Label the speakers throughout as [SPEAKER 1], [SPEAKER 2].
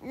[SPEAKER 1] 的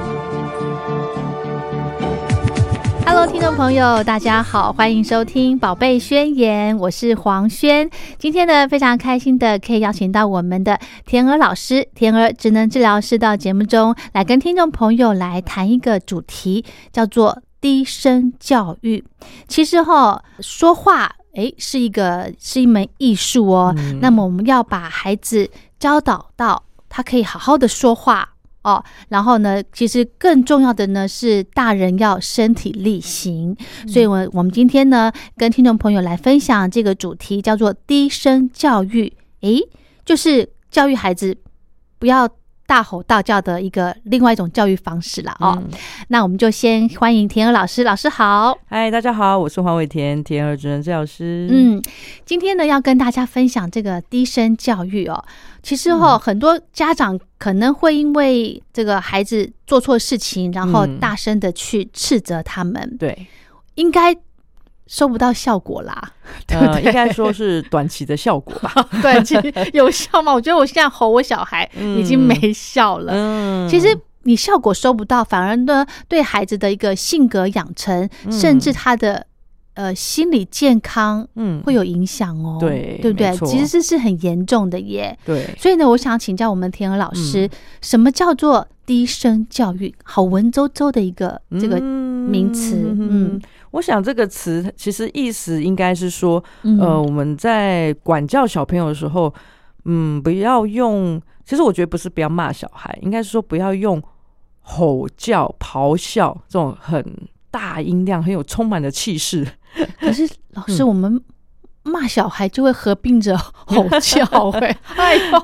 [SPEAKER 2] Hello，听众朋友，大家好，欢迎收听《宝贝宣言》，我是黄轩。今天呢，非常开心的可以邀请到我们的田鹅老师，田鹅职能治疗师到节目中来跟听众朋友来谈一个主题，叫做低声教育。其实哈、说话诶是一个是一门艺术哦。那么我们要把孩子教导到他可以好好的说话哦。然后呢，其实更重要的呢是大人要身体力行。所以我我们今天呢跟听众朋友来分享这个主题叫做低声教育。诶，就是教育孩子不要。大吼大叫的一个另外一种教育方式啦哦，那我们就先欢迎田鹅老师，老师好。
[SPEAKER 3] 嗨，大家好，我是黄伟田，田儿职能治疗师。，
[SPEAKER 2] 嗯，今天呢要跟大家分享这个低声教育哦。其实
[SPEAKER 3] 嗯
[SPEAKER 2] 哦，很多家长可能会因为这个孩子做错事情，然后
[SPEAKER 3] 嗯
[SPEAKER 2] 大声的去斥责他们，
[SPEAKER 3] 对，
[SPEAKER 2] 应该收不到效果 啦。
[SPEAKER 3] 呃，应该说是短期的效 果吧。
[SPEAKER 2] 对，其实有效吗？我觉得我现在吼我小孩已经没效了。
[SPEAKER 3] 嗯，
[SPEAKER 2] 其实你效果收不到，反而呢对孩子的一个性格养成，甚至他的呃心理健康
[SPEAKER 3] 嗯
[SPEAKER 2] 会有影响哦，
[SPEAKER 3] 对
[SPEAKER 2] 对不对
[SPEAKER 3] 没？错
[SPEAKER 2] 其实这是很严重的耶。
[SPEAKER 3] 对，
[SPEAKER 2] 所以呢，我想请教我们田鹅老师，
[SPEAKER 3] 嗯
[SPEAKER 2] 什么叫做低声教育？好文绉绉的一个
[SPEAKER 3] 嗯
[SPEAKER 2] 这个
[SPEAKER 3] 呃
[SPEAKER 2] 名
[SPEAKER 3] 名
[SPEAKER 2] 词，嗯，
[SPEAKER 3] 我想这个词其实意思应该是说，
[SPEAKER 2] 嗯
[SPEAKER 3] 呃，我们在管教小朋友的时候，嗯，不要用。其实我觉得不是不要骂小孩，应该是说不要用吼叫、咆哮这种很大音量、很有充满的气势。
[SPEAKER 2] 可是老
[SPEAKER 3] 嗯
[SPEAKER 2] 师，我们骂小孩就会合并着吼叫、 哎，哎呦，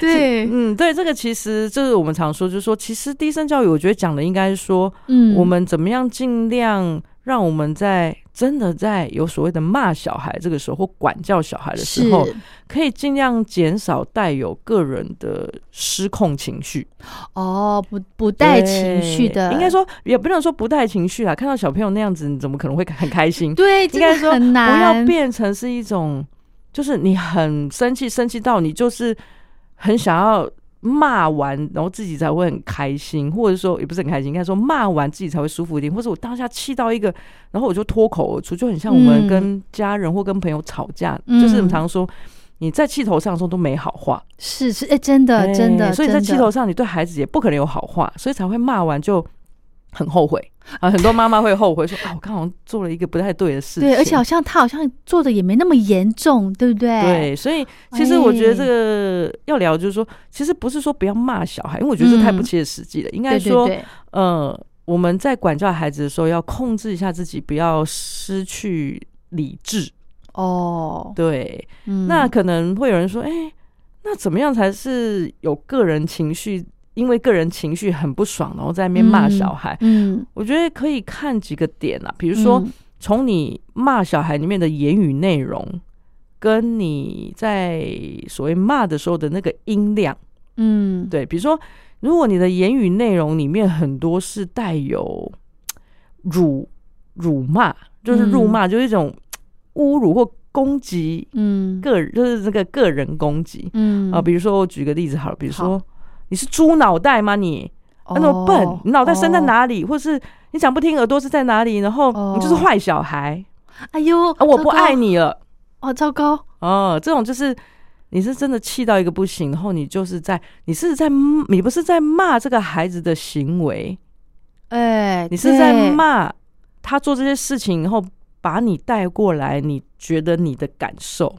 [SPEAKER 2] 对，
[SPEAKER 3] 嗯，对，这个其实就是我们常说，就是说，其实低声教育，我觉得讲的应该是说，
[SPEAKER 2] 嗯，
[SPEAKER 3] 我们怎么样尽量让我们在真的在有所谓的骂小孩这个时候或管教小孩的时候，
[SPEAKER 2] 是
[SPEAKER 3] 可以尽量减少带有个人的失控情绪，
[SPEAKER 2] 哦，不不带情绪
[SPEAKER 3] 对
[SPEAKER 2] 的，
[SPEAKER 3] 应该说也不能说不带情绪啦。看到小朋友那样子，你怎么可能会很开心？
[SPEAKER 2] 对，
[SPEAKER 3] 应
[SPEAKER 2] 这
[SPEAKER 3] 该
[SPEAKER 2] 个
[SPEAKER 3] 说
[SPEAKER 2] 很
[SPEAKER 3] 不
[SPEAKER 2] 难，
[SPEAKER 3] 要变成是一种，就是你很生气，生气到你就是很想要骂完，然后自己才会很开心，或者说也不是很开心，应该说骂完自己才会舒服一点，或者我当下气到一个，然后我就脱口而出，就很像我
[SPEAKER 2] 嗯
[SPEAKER 3] 们跟家人或跟朋友吵架，就是我
[SPEAKER 2] 嗯
[SPEAKER 3] 们常说。你在气头上的时候都没好话，
[SPEAKER 2] 是是，哎、真的、
[SPEAKER 3] 哎
[SPEAKER 2] 真的，
[SPEAKER 3] 所以你在
[SPEAKER 2] 真
[SPEAKER 3] 气
[SPEAKER 2] 的
[SPEAKER 3] 头上，你对孩子也不可能有好话，所以才会骂完就很后悔啊。很多妈妈会后悔说啊，我刚好像做了一个不太对的事情，
[SPEAKER 2] 对，而且好像他好像做的也没那么严重，对不对？
[SPEAKER 3] 对，所以
[SPEAKER 2] 哎
[SPEAKER 3] 其实我觉得这个要聊，就是说，其实不是说不要骂小孩，因为我觉得这太
[SPEAKER 2] 嗯
[SPEAKER 3] 不切实际了。应
[SPEAKER 2] 对，
[SPEAKER 3] 该
[SPEAKER 2] 对
[SPEAKER 3] 说，
[SPEAKER 2] 对
[SPEAKER 3] 呃，我们在管教孩子的时候，要控制一下自己，不要失去理智。
[SPEAKER 2] 哦，
[SPEAKER 3] 对，
[SPEAKER 2] 嗯
[SPEAKER 3] 那可能会有人说，哎、那怎么样才是有个人情绪？因为个人情绪很不爽，然后在那边骂小孩。
[SPEAKER 2] 嗯，
[SPEAKER 3] 我觉得可以看几个点啊，比如说
[SPEAKER 2] 嗯
[SPEAKER 3] 从你骂小孩里面的言语内容，跟你在所谓骂的时候的那个音量，
[SPEAKER 2] 嗯，
[SPEAKER 3] 对，比如说，如果你的言语内容里面很多是带有嘖辱辱骂，就是辱骂，就是一种嘖侮辱或攻击
[SPEAKER 2] 嗯
[SPEAKER 3] 个人，就是这个个人攻击
[SPEAKER 2] 嗯
[SPEAKER 3] 呃啊、比如说，我举个例子好了，比如说你是猪脑袋吗你？啊那么笨
[SPEAKER 2] 哦，
[SPEAKER 3] 你脑袋生在
[SPEAKER 2] 哦
[SPEAKER 3] 哪里？或者是你讲不听，耳朵是在哪里？然后
[SPEAKER 2] 哦
[SPEAKER 3] 你就是坏小孩，
[SPEAKER 2] 哎呦，
[SPEAKER 3] 啊，我不
[SPEAKER 2] 糟糕
[SPEAKER 3] 爱，你了。
[SPEAKER 2] 哦，糟糕，
[SPEAKER 3] 哦，这种就是你是真的气到一个不行，然后你就是在你是在你不是在骂这个孩子的行为，
[SPEAKER 2] 哎，
[SPEAKER 3] 你是在
[SPEAKER 2] 对，
[SPEAKER 3] 骂他做这些事情，然后把你带过来，你觉得你的感受。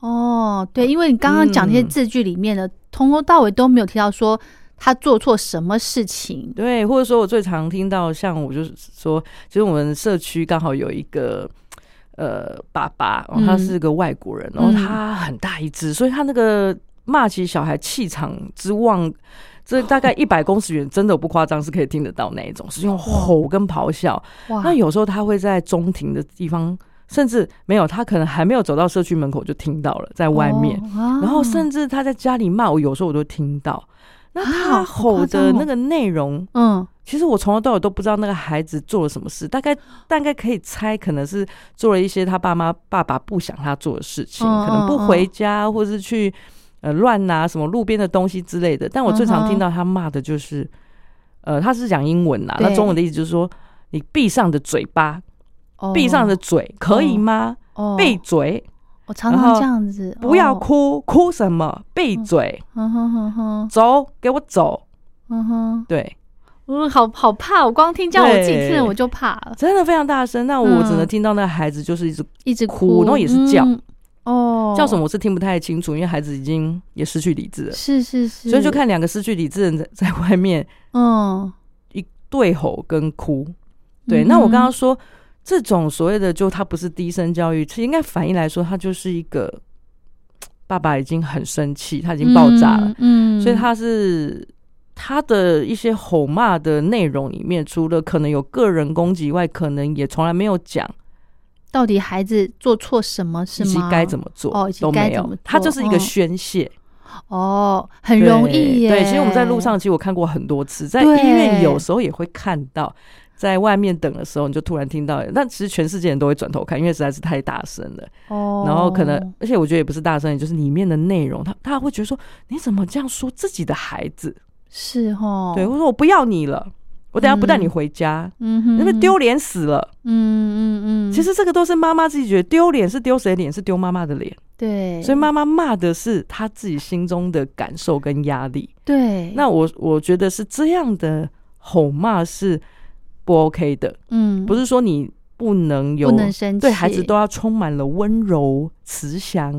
[SPEAKER 2] 哦，对，因为你刚刚讲那些
[SPEAKER 3] 嗯
[SPEAKER 2] 字句里面的，从头到尾都没有提到说他做错什么事情，
[SPEAKER 3] 对，或者说我最常听到，像我就是说，其实我们社区刚好有一个呃爸爸，哦
[SPEAKER 2] 嗯
[SPEAKER 3] 他是个外国人，然后
[SPEAKER 2] 嗯
[SPEAKER 3] 他很大一只，所以他那个骂起小孩气场之旺。这大 概一百公尺远，真的我不夸张，是可以听得到那一种，是用吼跟咆哮。
[SPEAKER 2] 哇，
[SPEAKER 3] 那有时候他会在中庭的地方，甚至没有，他可能还没有走到社区门口就听到了，在外面。
[SPEAKER 2] 哦啊
[SPEAKER 3] 然后甚至他在家里骂我，有时候我都听到。那
[SPEAKER 2] 啊好
[SPEAKER 3] 他
[SPEAKER 2] 夸
[SPEAKER 3] 吼
[SPEAKER 2] 张
[SPEAKER 3] 的
[SPEAKER 2] 哦
[SPEAKER 3] 那个内容，
[SPEAKER 2] 嗯，
[SPEAKER 3] 其实我从头到尾都不知道那个孩子做了什么事，大概大概可以猜，可能是做了一些他爸妈爸爸不想他做的事情，
[SPEAKER 2] 嗯
[SPEAKER 3] 可能不
[SPEAKER 2] 嗯
[SPEAKER 3] 回家，或是去呃乱拿什么路边的东西之类的。但我最
[SPEAKER 2] 嗯
[SPEAKER 3] 常
[SPEAKER 2] 哼
[SPEAKER 3] 听到他骂的就是，呃，他是讲英文呐，那
[SPEAKER 2] 对
[SPEAKER 3] 中文的意思就是说，你闭上的嘴巴，
[SPEAKER 2] 哦
[SPEAKER 3] 闭上的嘴可以
[SPEAKER 2] 哦
[SPEAKER 3] 吗？
[SPEAKER 2] 哦
[SPEAKER 3] 闭嘴，
[SPEAKER 2] 我常
[SPEAKER 3] 然
[SPEAKER 2] 常
[SPEAKER 3] 后
[SPEAKER 2] 这样子，
[SPEAKER 3] 不要
[SPEAKER 2] 哦，
[SPEAKER 3] 哭，哭什么？闭嘴。
[SPEAKER 2] 嗯哼哼哼，
[SPEAKER 3] 走，给我走。
[SPEAKER 2] 嗯哼，
[SPEAKER 3] 对，
[SPEAKER 2] 嗯，好好怕，我光听这样，我自己听
[SPEAKER 3] 对
[SPEAKER 2] 了我就怕了，
[SPEAKER 3] 真的非常大声。那我只
[SPEAKER 2] 嗯
[SPEAKER 3] 能听到那个孩子就是一直
[SPEAKER 2] 一直
[SPEAKER 3] 哭然后也是叫
[SPEAKER 2] 嗯哦，
[SPEAKER 3] 叫什么，？我是听不太清楚，因为孩子已经也失去理智了。
[SPEAKER 2] 是是是，
[SPEAKER 3] 所以就，看两个失去理智的人在在外面
[SPEAKER 2] 嗯，
[SPEAKER 3] 一对吼跟哭。对，
[SPEAKER 2] 嗯哼
[SPEAKER 3] 那我刚刚说这种所谓的就他不是低声教育，其实应该反应来说，他就是一个嘖爸爸已经很生气，他已经爆炸了，
[SPEAKER 2] 嗯，嗯，
[SPEAKER 3] 所以他是。他的一些吼骂的内容里面，除了可能有个人攻击以外，可能也从来没有讲
[SPEAKER 2] 到底孩子做错什么是
[SPEAKER 3] 以及
[SPEAKER 2] 吗？
[SPEAKER 3] 该怎么做
[SPEAKER 2] 哦以及
[SPEAKER 3] 都
[SPEAKER 2] 该
[SPEAKER 3] 没
[SPEAKER 2] 怎么
[SPEAKER 3] 有
[SPEAKER 2] 做，
[SPEAKER 3] 它就是一个
[SPEAKER 2] 嗯
[SPEAKER 3] 宣泄，
[SPEAKER 2] 哦，很容易耶。
[SPEAKER 3] 对。对，其实我们在路上，其实我看过很多次，在
[SPEAKER 2] 对
[SPEAKER 3] 医院有时候也会看到，在外面等的时候，你就突然听到，但其实全世界人都会转头看，因为实在是太大声了。
[SPEAKER 2] 哦，
[SPEAKER 3] 然后可能，而且我觉得也不是大声，也就是里面的内容，他他会觉得说，你怎么这样说自己的孩子？
[SPEAKER 2] 是哦，
[SPEAKER 3] 对，我说我不要你了，我等下不带你
[SPEAKER 2] 嗯
[SPEAKER 3] 回家，
[SPEAKER 2] 嗯
[SPEAKER 3] 你
[SPEAKER 2] 哼，
[SPEAKER 3] 那边丢脸死了。
[SPEAKER 2] 嗯，嗯嗯嗯，
[SPEAKER 3] 其实这个都是妈妈自己觉得丢脸，是丢谁的脸？是丢妈妈的脸。
[SPEAKER 2] 对，
[SPEAKER 3] 所以妈妈骂的是她自己心中的感受跟压力。
[SPEAKER 2] 对，
[SPEAKER 3] 那我我觉得是这样的吼骂是不 OK 的，
[SPEAKER 2] 嗯，
[SPEAKER 3] 不是说你不能有
[SPEAKER 2] 不能生气，
[SPEAKER 3] 对孩子都要充满了温柔、慈祥，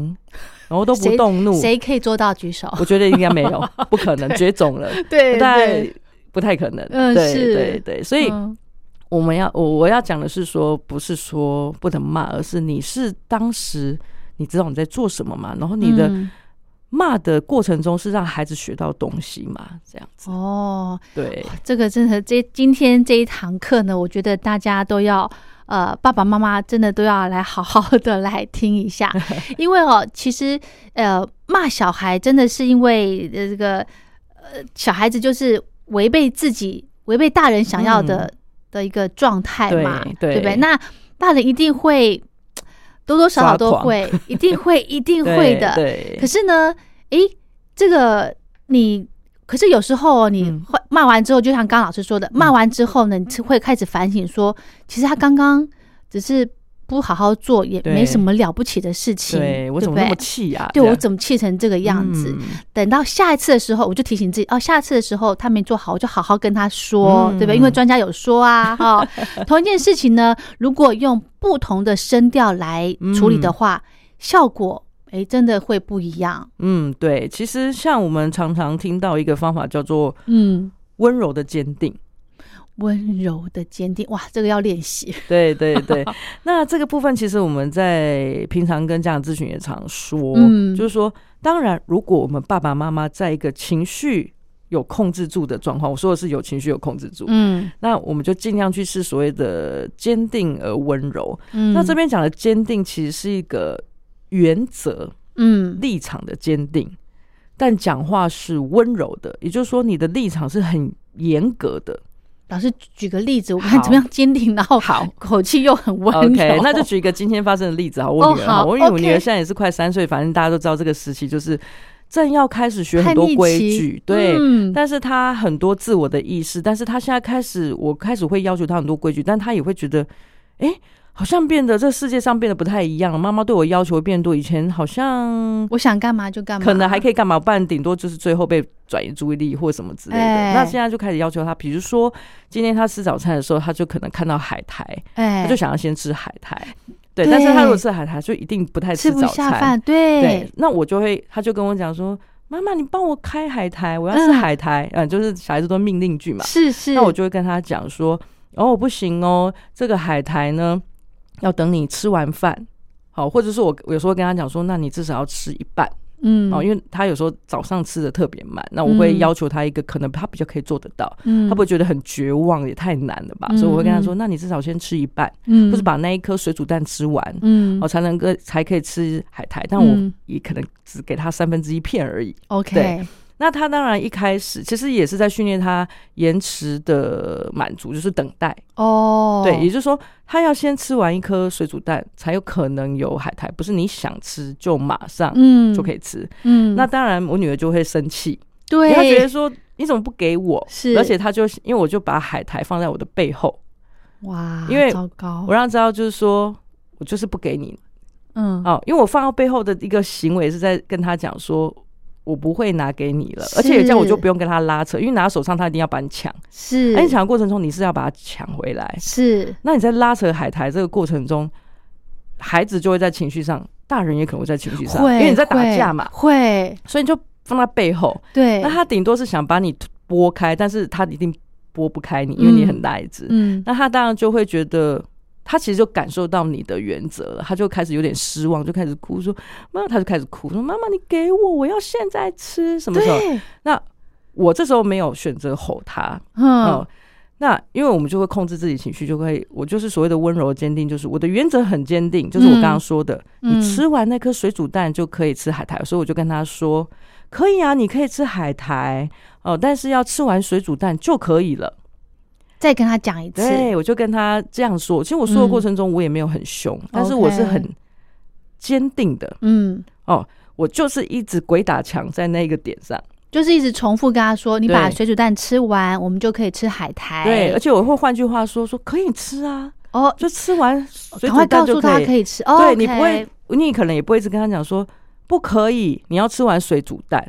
[SPEAKER 3] 然后都不动怒。
[SPEAKER 2] 谁可以做到举手？
[SPEAKER 3] 我觉得应该 没有，不可能绝种了，
[SPEAKER 2] 对
[SPEAKER 3] 不太不太可能。
[SPEAKER 2] 嗯
[SPEAKER 3] 对
[SPEAKER 2] 是
[SPEAKER 3] 对对，所以
[SPEAKER 2] 嗯
[SPEAKER 3] 我们要我我要讲的是说，不是说不能骂，而是你是当时你知道你在做什么嘛，然后你的
[SPEAKER 2] 嗯
[SPEAKER 3] 骂的过程中是让孩子学到东西嘛，这样子。
[SPEAKER 2] 哦，
[SPEAKER 3] 对，
[SPEAKER 2] 这个真的，这今天这一堂课呢，我觉得大家都要。呃，爸爸妈妈真的都要来好好的来听一 下，因为哦，其实呃，骂小孩真的是因为呃这个呃，小孩子就是违背自己、违背大人想要的、的一个状态嘛，
[SPEAKER 3] 嗯对
[SPEAKER 2] 对不对？
[SPEAKER 3] 对
[SPEAKER 2] 那大人一定会多多少少都
[SPEAKER 3] 抓狂
[SPEAKER 2] 会，一定会，一定
[SPEAKER 3] 对
[SPEAKER 2] 会的。
[SPEAKER 3] 对，
[SPEAKER 2] 可是呢，诶，这个你，可是有时候哦你
[SPEAKER 3] 嗯
[SPEAKER 2] 会骂完之后，就像刚刚老师说的，骂完之后呢，你是会开始反省说，其实他刚刚只是不好好做，也
[SPEAKER 3] 对
[SPEAKER 2] 没什么了不起的事情，
[SPEAKER 3] 对我怎么
[SPEAKER 2] 对
[SPEAKER 3] 那
[SPEAKER 2] 不
[SPEAKER 3] 么
[SPEAKER 2] 对？
[SPEAKER 3] 气呀、
[SPEAKER 2] 对
[SPEAKER 3] 这
[SPEAKER 2] 我
[SPEAKER 3] 样
[SPEAKER 2] 怎么气成这个样子？
[SPEAKER 3] 嗯
[SPEAKER 2] 等到下一次的时候，我就提醒自己哦，下次的时候他没做好，我就好好跟他说，对
[SPEAKER 3] 嗯
[SPEAKER 2] 不对？因为专家有说 啊，哈、同一件事情呢，如果用不同的声调来
[SPEAKER 3] 嗯
[SPEAKER 2] 处理的话，效果诶真的会不一样。
[SPEAKER 3] 嗯，对，其实像我们常常听到一个方法叫做
[SPEAKER 2] 嗯，
[SPEAKER 3] 温柔的坚定。
[SPEAKER 2] 温柔的坚定，哇，这个要练习。
[SPEAKER 3] 对对 对，那这个部分其实我们在平常跟家长咨询也常说，
[SPEAKER 2] 嗯
[SPEAKER 3] 就是说，当然，如果我们爸爸妈妈在一个情绪有控制住的状况，我说的是有情绪有控制住，
[SPEAKER 2] 嗯
[SPEAKER 3] 那我们就尽量去是所谓的坚定而温柔。
[SPEAKER 2] 嗯
[SPEAKER 3] 那这边讲的坚定其实是一个原则，
[SPEAKER 2] 嗯
[SPEAKER 3] 立场的坚定，但讲话是温柔的，也就是说你的立场是很严格的。
[SPEAKER 2] 老师举个例子，我看怎么样坚定，然后
[SPEAKER 3] 好
[SPEAKER 2] 口气又很温柔。
[SPEAKER 3] OK，那就 举一个今天发生的例子好，我女儿
[SPEAKER 2] 哦好
[SPEAKER 3] 好，我因为我
[SPEAKER 2] OK
[SPEAKER 3] 女儿现在也是快三岁，反正大家都知道这个时期就是。正要开始学很
[SPEAKER 2] 叛
[SPEAKER 3] 多
[SPEAKER 2] 逆
[SPEAKER 3] 规
[SPEAKER 2] 期
[SPEAKER 3] 矩，对，
[SPEAKER 2] 嗯
[SPEAKER 3] 但是他很多自我的意识，但是他现在开始，我开始会要求他很多规矩，但他也会觉得，哎，好像变得这世界上变得不太一样了。妈妈对我要求变多，以前好像
[SPEAKER 2] 我想干嘛就干嘛，
[SPEAKER 3] 可能还可以干嘛，不然顶多就是最后被转移注意力或什么之类的。
[SPEAKER 2] 哎
[SPEAKER 3] 那现在就开始要求他，比如说今天他吃早餐的时候，他就可能看到海苔，
[SPEAKER 2] 哎，
[SPEAKER 3] 他就想要先吃海苔。对，
[SPEAKER 2] 对
[SPEAKER 3] 但是他如果吃海苔，就一定不太
[SPEAKER 2] 吃不
[SPEAKER 3] 早
[SPEAKER 2] 下
[SPEAKER 3] 餐
[SPEAKER 2] 饭，。对
[SPEAKER 3] 对，，那我就会，他就跟我讲说：“妈妈，你帮我开海苔，我要吃
[SPEAKER 2] 嗯
[SPEAKER 3] 海苔。嗯”就是小孩子都命令句嘛。
[SPEAKER 2] 是是，
[SPEAKER 3] 那我就会跟他讲说：“哦，不行哦，这个海苔呢，要等你吃完饭。”好，或者是我我有时候跟他讲说，那你至少要吃一半、
[SPEAKER 2] 嗯，
[SPEAKER 3] 哦，因为他有时候早上吃的特别慢，那我会
[SPEAKER 2] 嗯
[SPEAKER 3] 要求他一个可能他比较可以做得到，
[SPEAKER 2] 嗯，
[SPEAKER 3] 他不会觉得很绝望，也太难了吧？所以我会跟他说，那你至少先吃一半，
[SPEAKER 2] 嗯，
[SPEAKER 3] 或是把那一颗水煮蛋吃完，
[SPEAKER 2] 嗯
[SPEAKER 3] 哦，才能够才可以吃海苔，但我
[SPEAKER 2] 嗯
[SPEAKER 3] 也可能只给他三分之一片而已。
[SPEAKER 2] ，OK，
[SPEAKER 3] 哦对那他当然一开始其实也是在训练他延迟的满足，就是等待。
[SPEAKER 2] 哦，
[SPEAKER 3] 对，也就是说，他要先吃完一颗水煮蛋，才有可能有海苔，不是你想吃就马上
[SPEAKER 2] 嗯
[SPEAKER 3] 就可以吃。
[SPEAKER 2] 嗯，
[SPEAKER 3] 那当然，我女儿就会生气，因
[SPEAKER 2] 对，
[SPEAKER 3] 为她觉得说你怎么不给我？
[SPEAKER 2] 是
[SPEAKER 3] 而且她就因为我就把海苔放在我的背后，
[SPEAKER 2] 哇，
[SPEAKER 3] 因为
[SPEAKER 2] 糟糕
[SPEAKER 3] 我，让她知道就是说我就是不给你
[SPEAKER 2] 嗯，
[SPEAKER 3] 哦，因为我放到背后的一个行为是在跟他讲说，我不会拿给你了，
[SPEAKER 2] 是
[SPEAKER 3] 而且这样我就不用跟他拉扯，因为拿手上他一定要把你抢，
[SPEAKER 2] 是，
[SPEAKER 3] 而你抢的过程中你是要把它抢回来，
[SPEAKER 2] 是，
[SPEAKER 3] 那你在拉扯海苔这个过程中，孩子就会在情绪上，大人也可能会在情绪上，
[SPEAKER 2] 会，
[SPEAKER 3] 啊因为你在打
[SPEAKER 2] 会
[SPEAKER 3] 架嘛，
[SPEAKER 2] 会，
[SPEAKER 3] 所以你就放在背后，
[SPEAKER 2] 对，
[SPEAKER 3] 那他顶多是想把你拨开，但是他一定拨不开你，因为你很大一只，
[SPEAKER 2] 嗯，
[SPEAKER 3] 那他当然就会觉得，他其实就感受到你的原则了，他就开始有点失望，就开始哭说：“妈妈！”他就开始哭说：“妈妈，你给我，我要现在吃。”什么时候？
[SPEAKER 2] 对，
[SPEAKER 3] 那我这时候没有选择吼他，
[SPEAKER 2] 嗯
[SPEAKER 3] 嗯。那因为我们就会控制自己情绪，就会我就是所谓的温柔坚定，就是我的原则很坚定，就是我刚刚说的，
[SPEAKER 2] 嗯
[SPEAKER 3] 你吃完那颗水煮蛋就可以吃海苔，所以我就跟他说，可以啊，你可以吃海苔哦、但是要吃完水煮蛋就可以了。
[SPEAKER 2] 再跟他讲一次，
[SPEAKER 3] 对，我就跟他这样说。其实我说的过程中，我也没有很凶，但是我是很坚定的。
[SPEAKER 2] 嗯，
[SPEAKER 3] 哦，我就是一直鬼打墙在那个点上。
[SPEAKER 2] 就是一直重复跟他说，你把
[SPEAKER 3] 对
[SPEAKER 2] 水煮蛋吃完，我们就可以吃海苔，
[SPEAKER 3] 对，而且我会换句话说，说可以吃啊，
[SPEAKER 2] 哦，
[SPEAKER 3] 就吃完水
[SPEAKER 2] 赶
[SPEAKER 3] 煮
[SPEAKER 2] 快
[SPEAKER 3] 蛋
[SPEAKER 2] 告
[SPEAKER 3] 就
[SPEAKER 2] 诉他
[SPEAKER 3] 可以。
[SPEAKER 2] 可以吃，哦
[SPEAKER 3] 对
[SPEAKER 2] ，OK，
[SPEAKER 3] 你不会，你可能也不会一直跟他讲说不可以，你要吃完水煮蛋。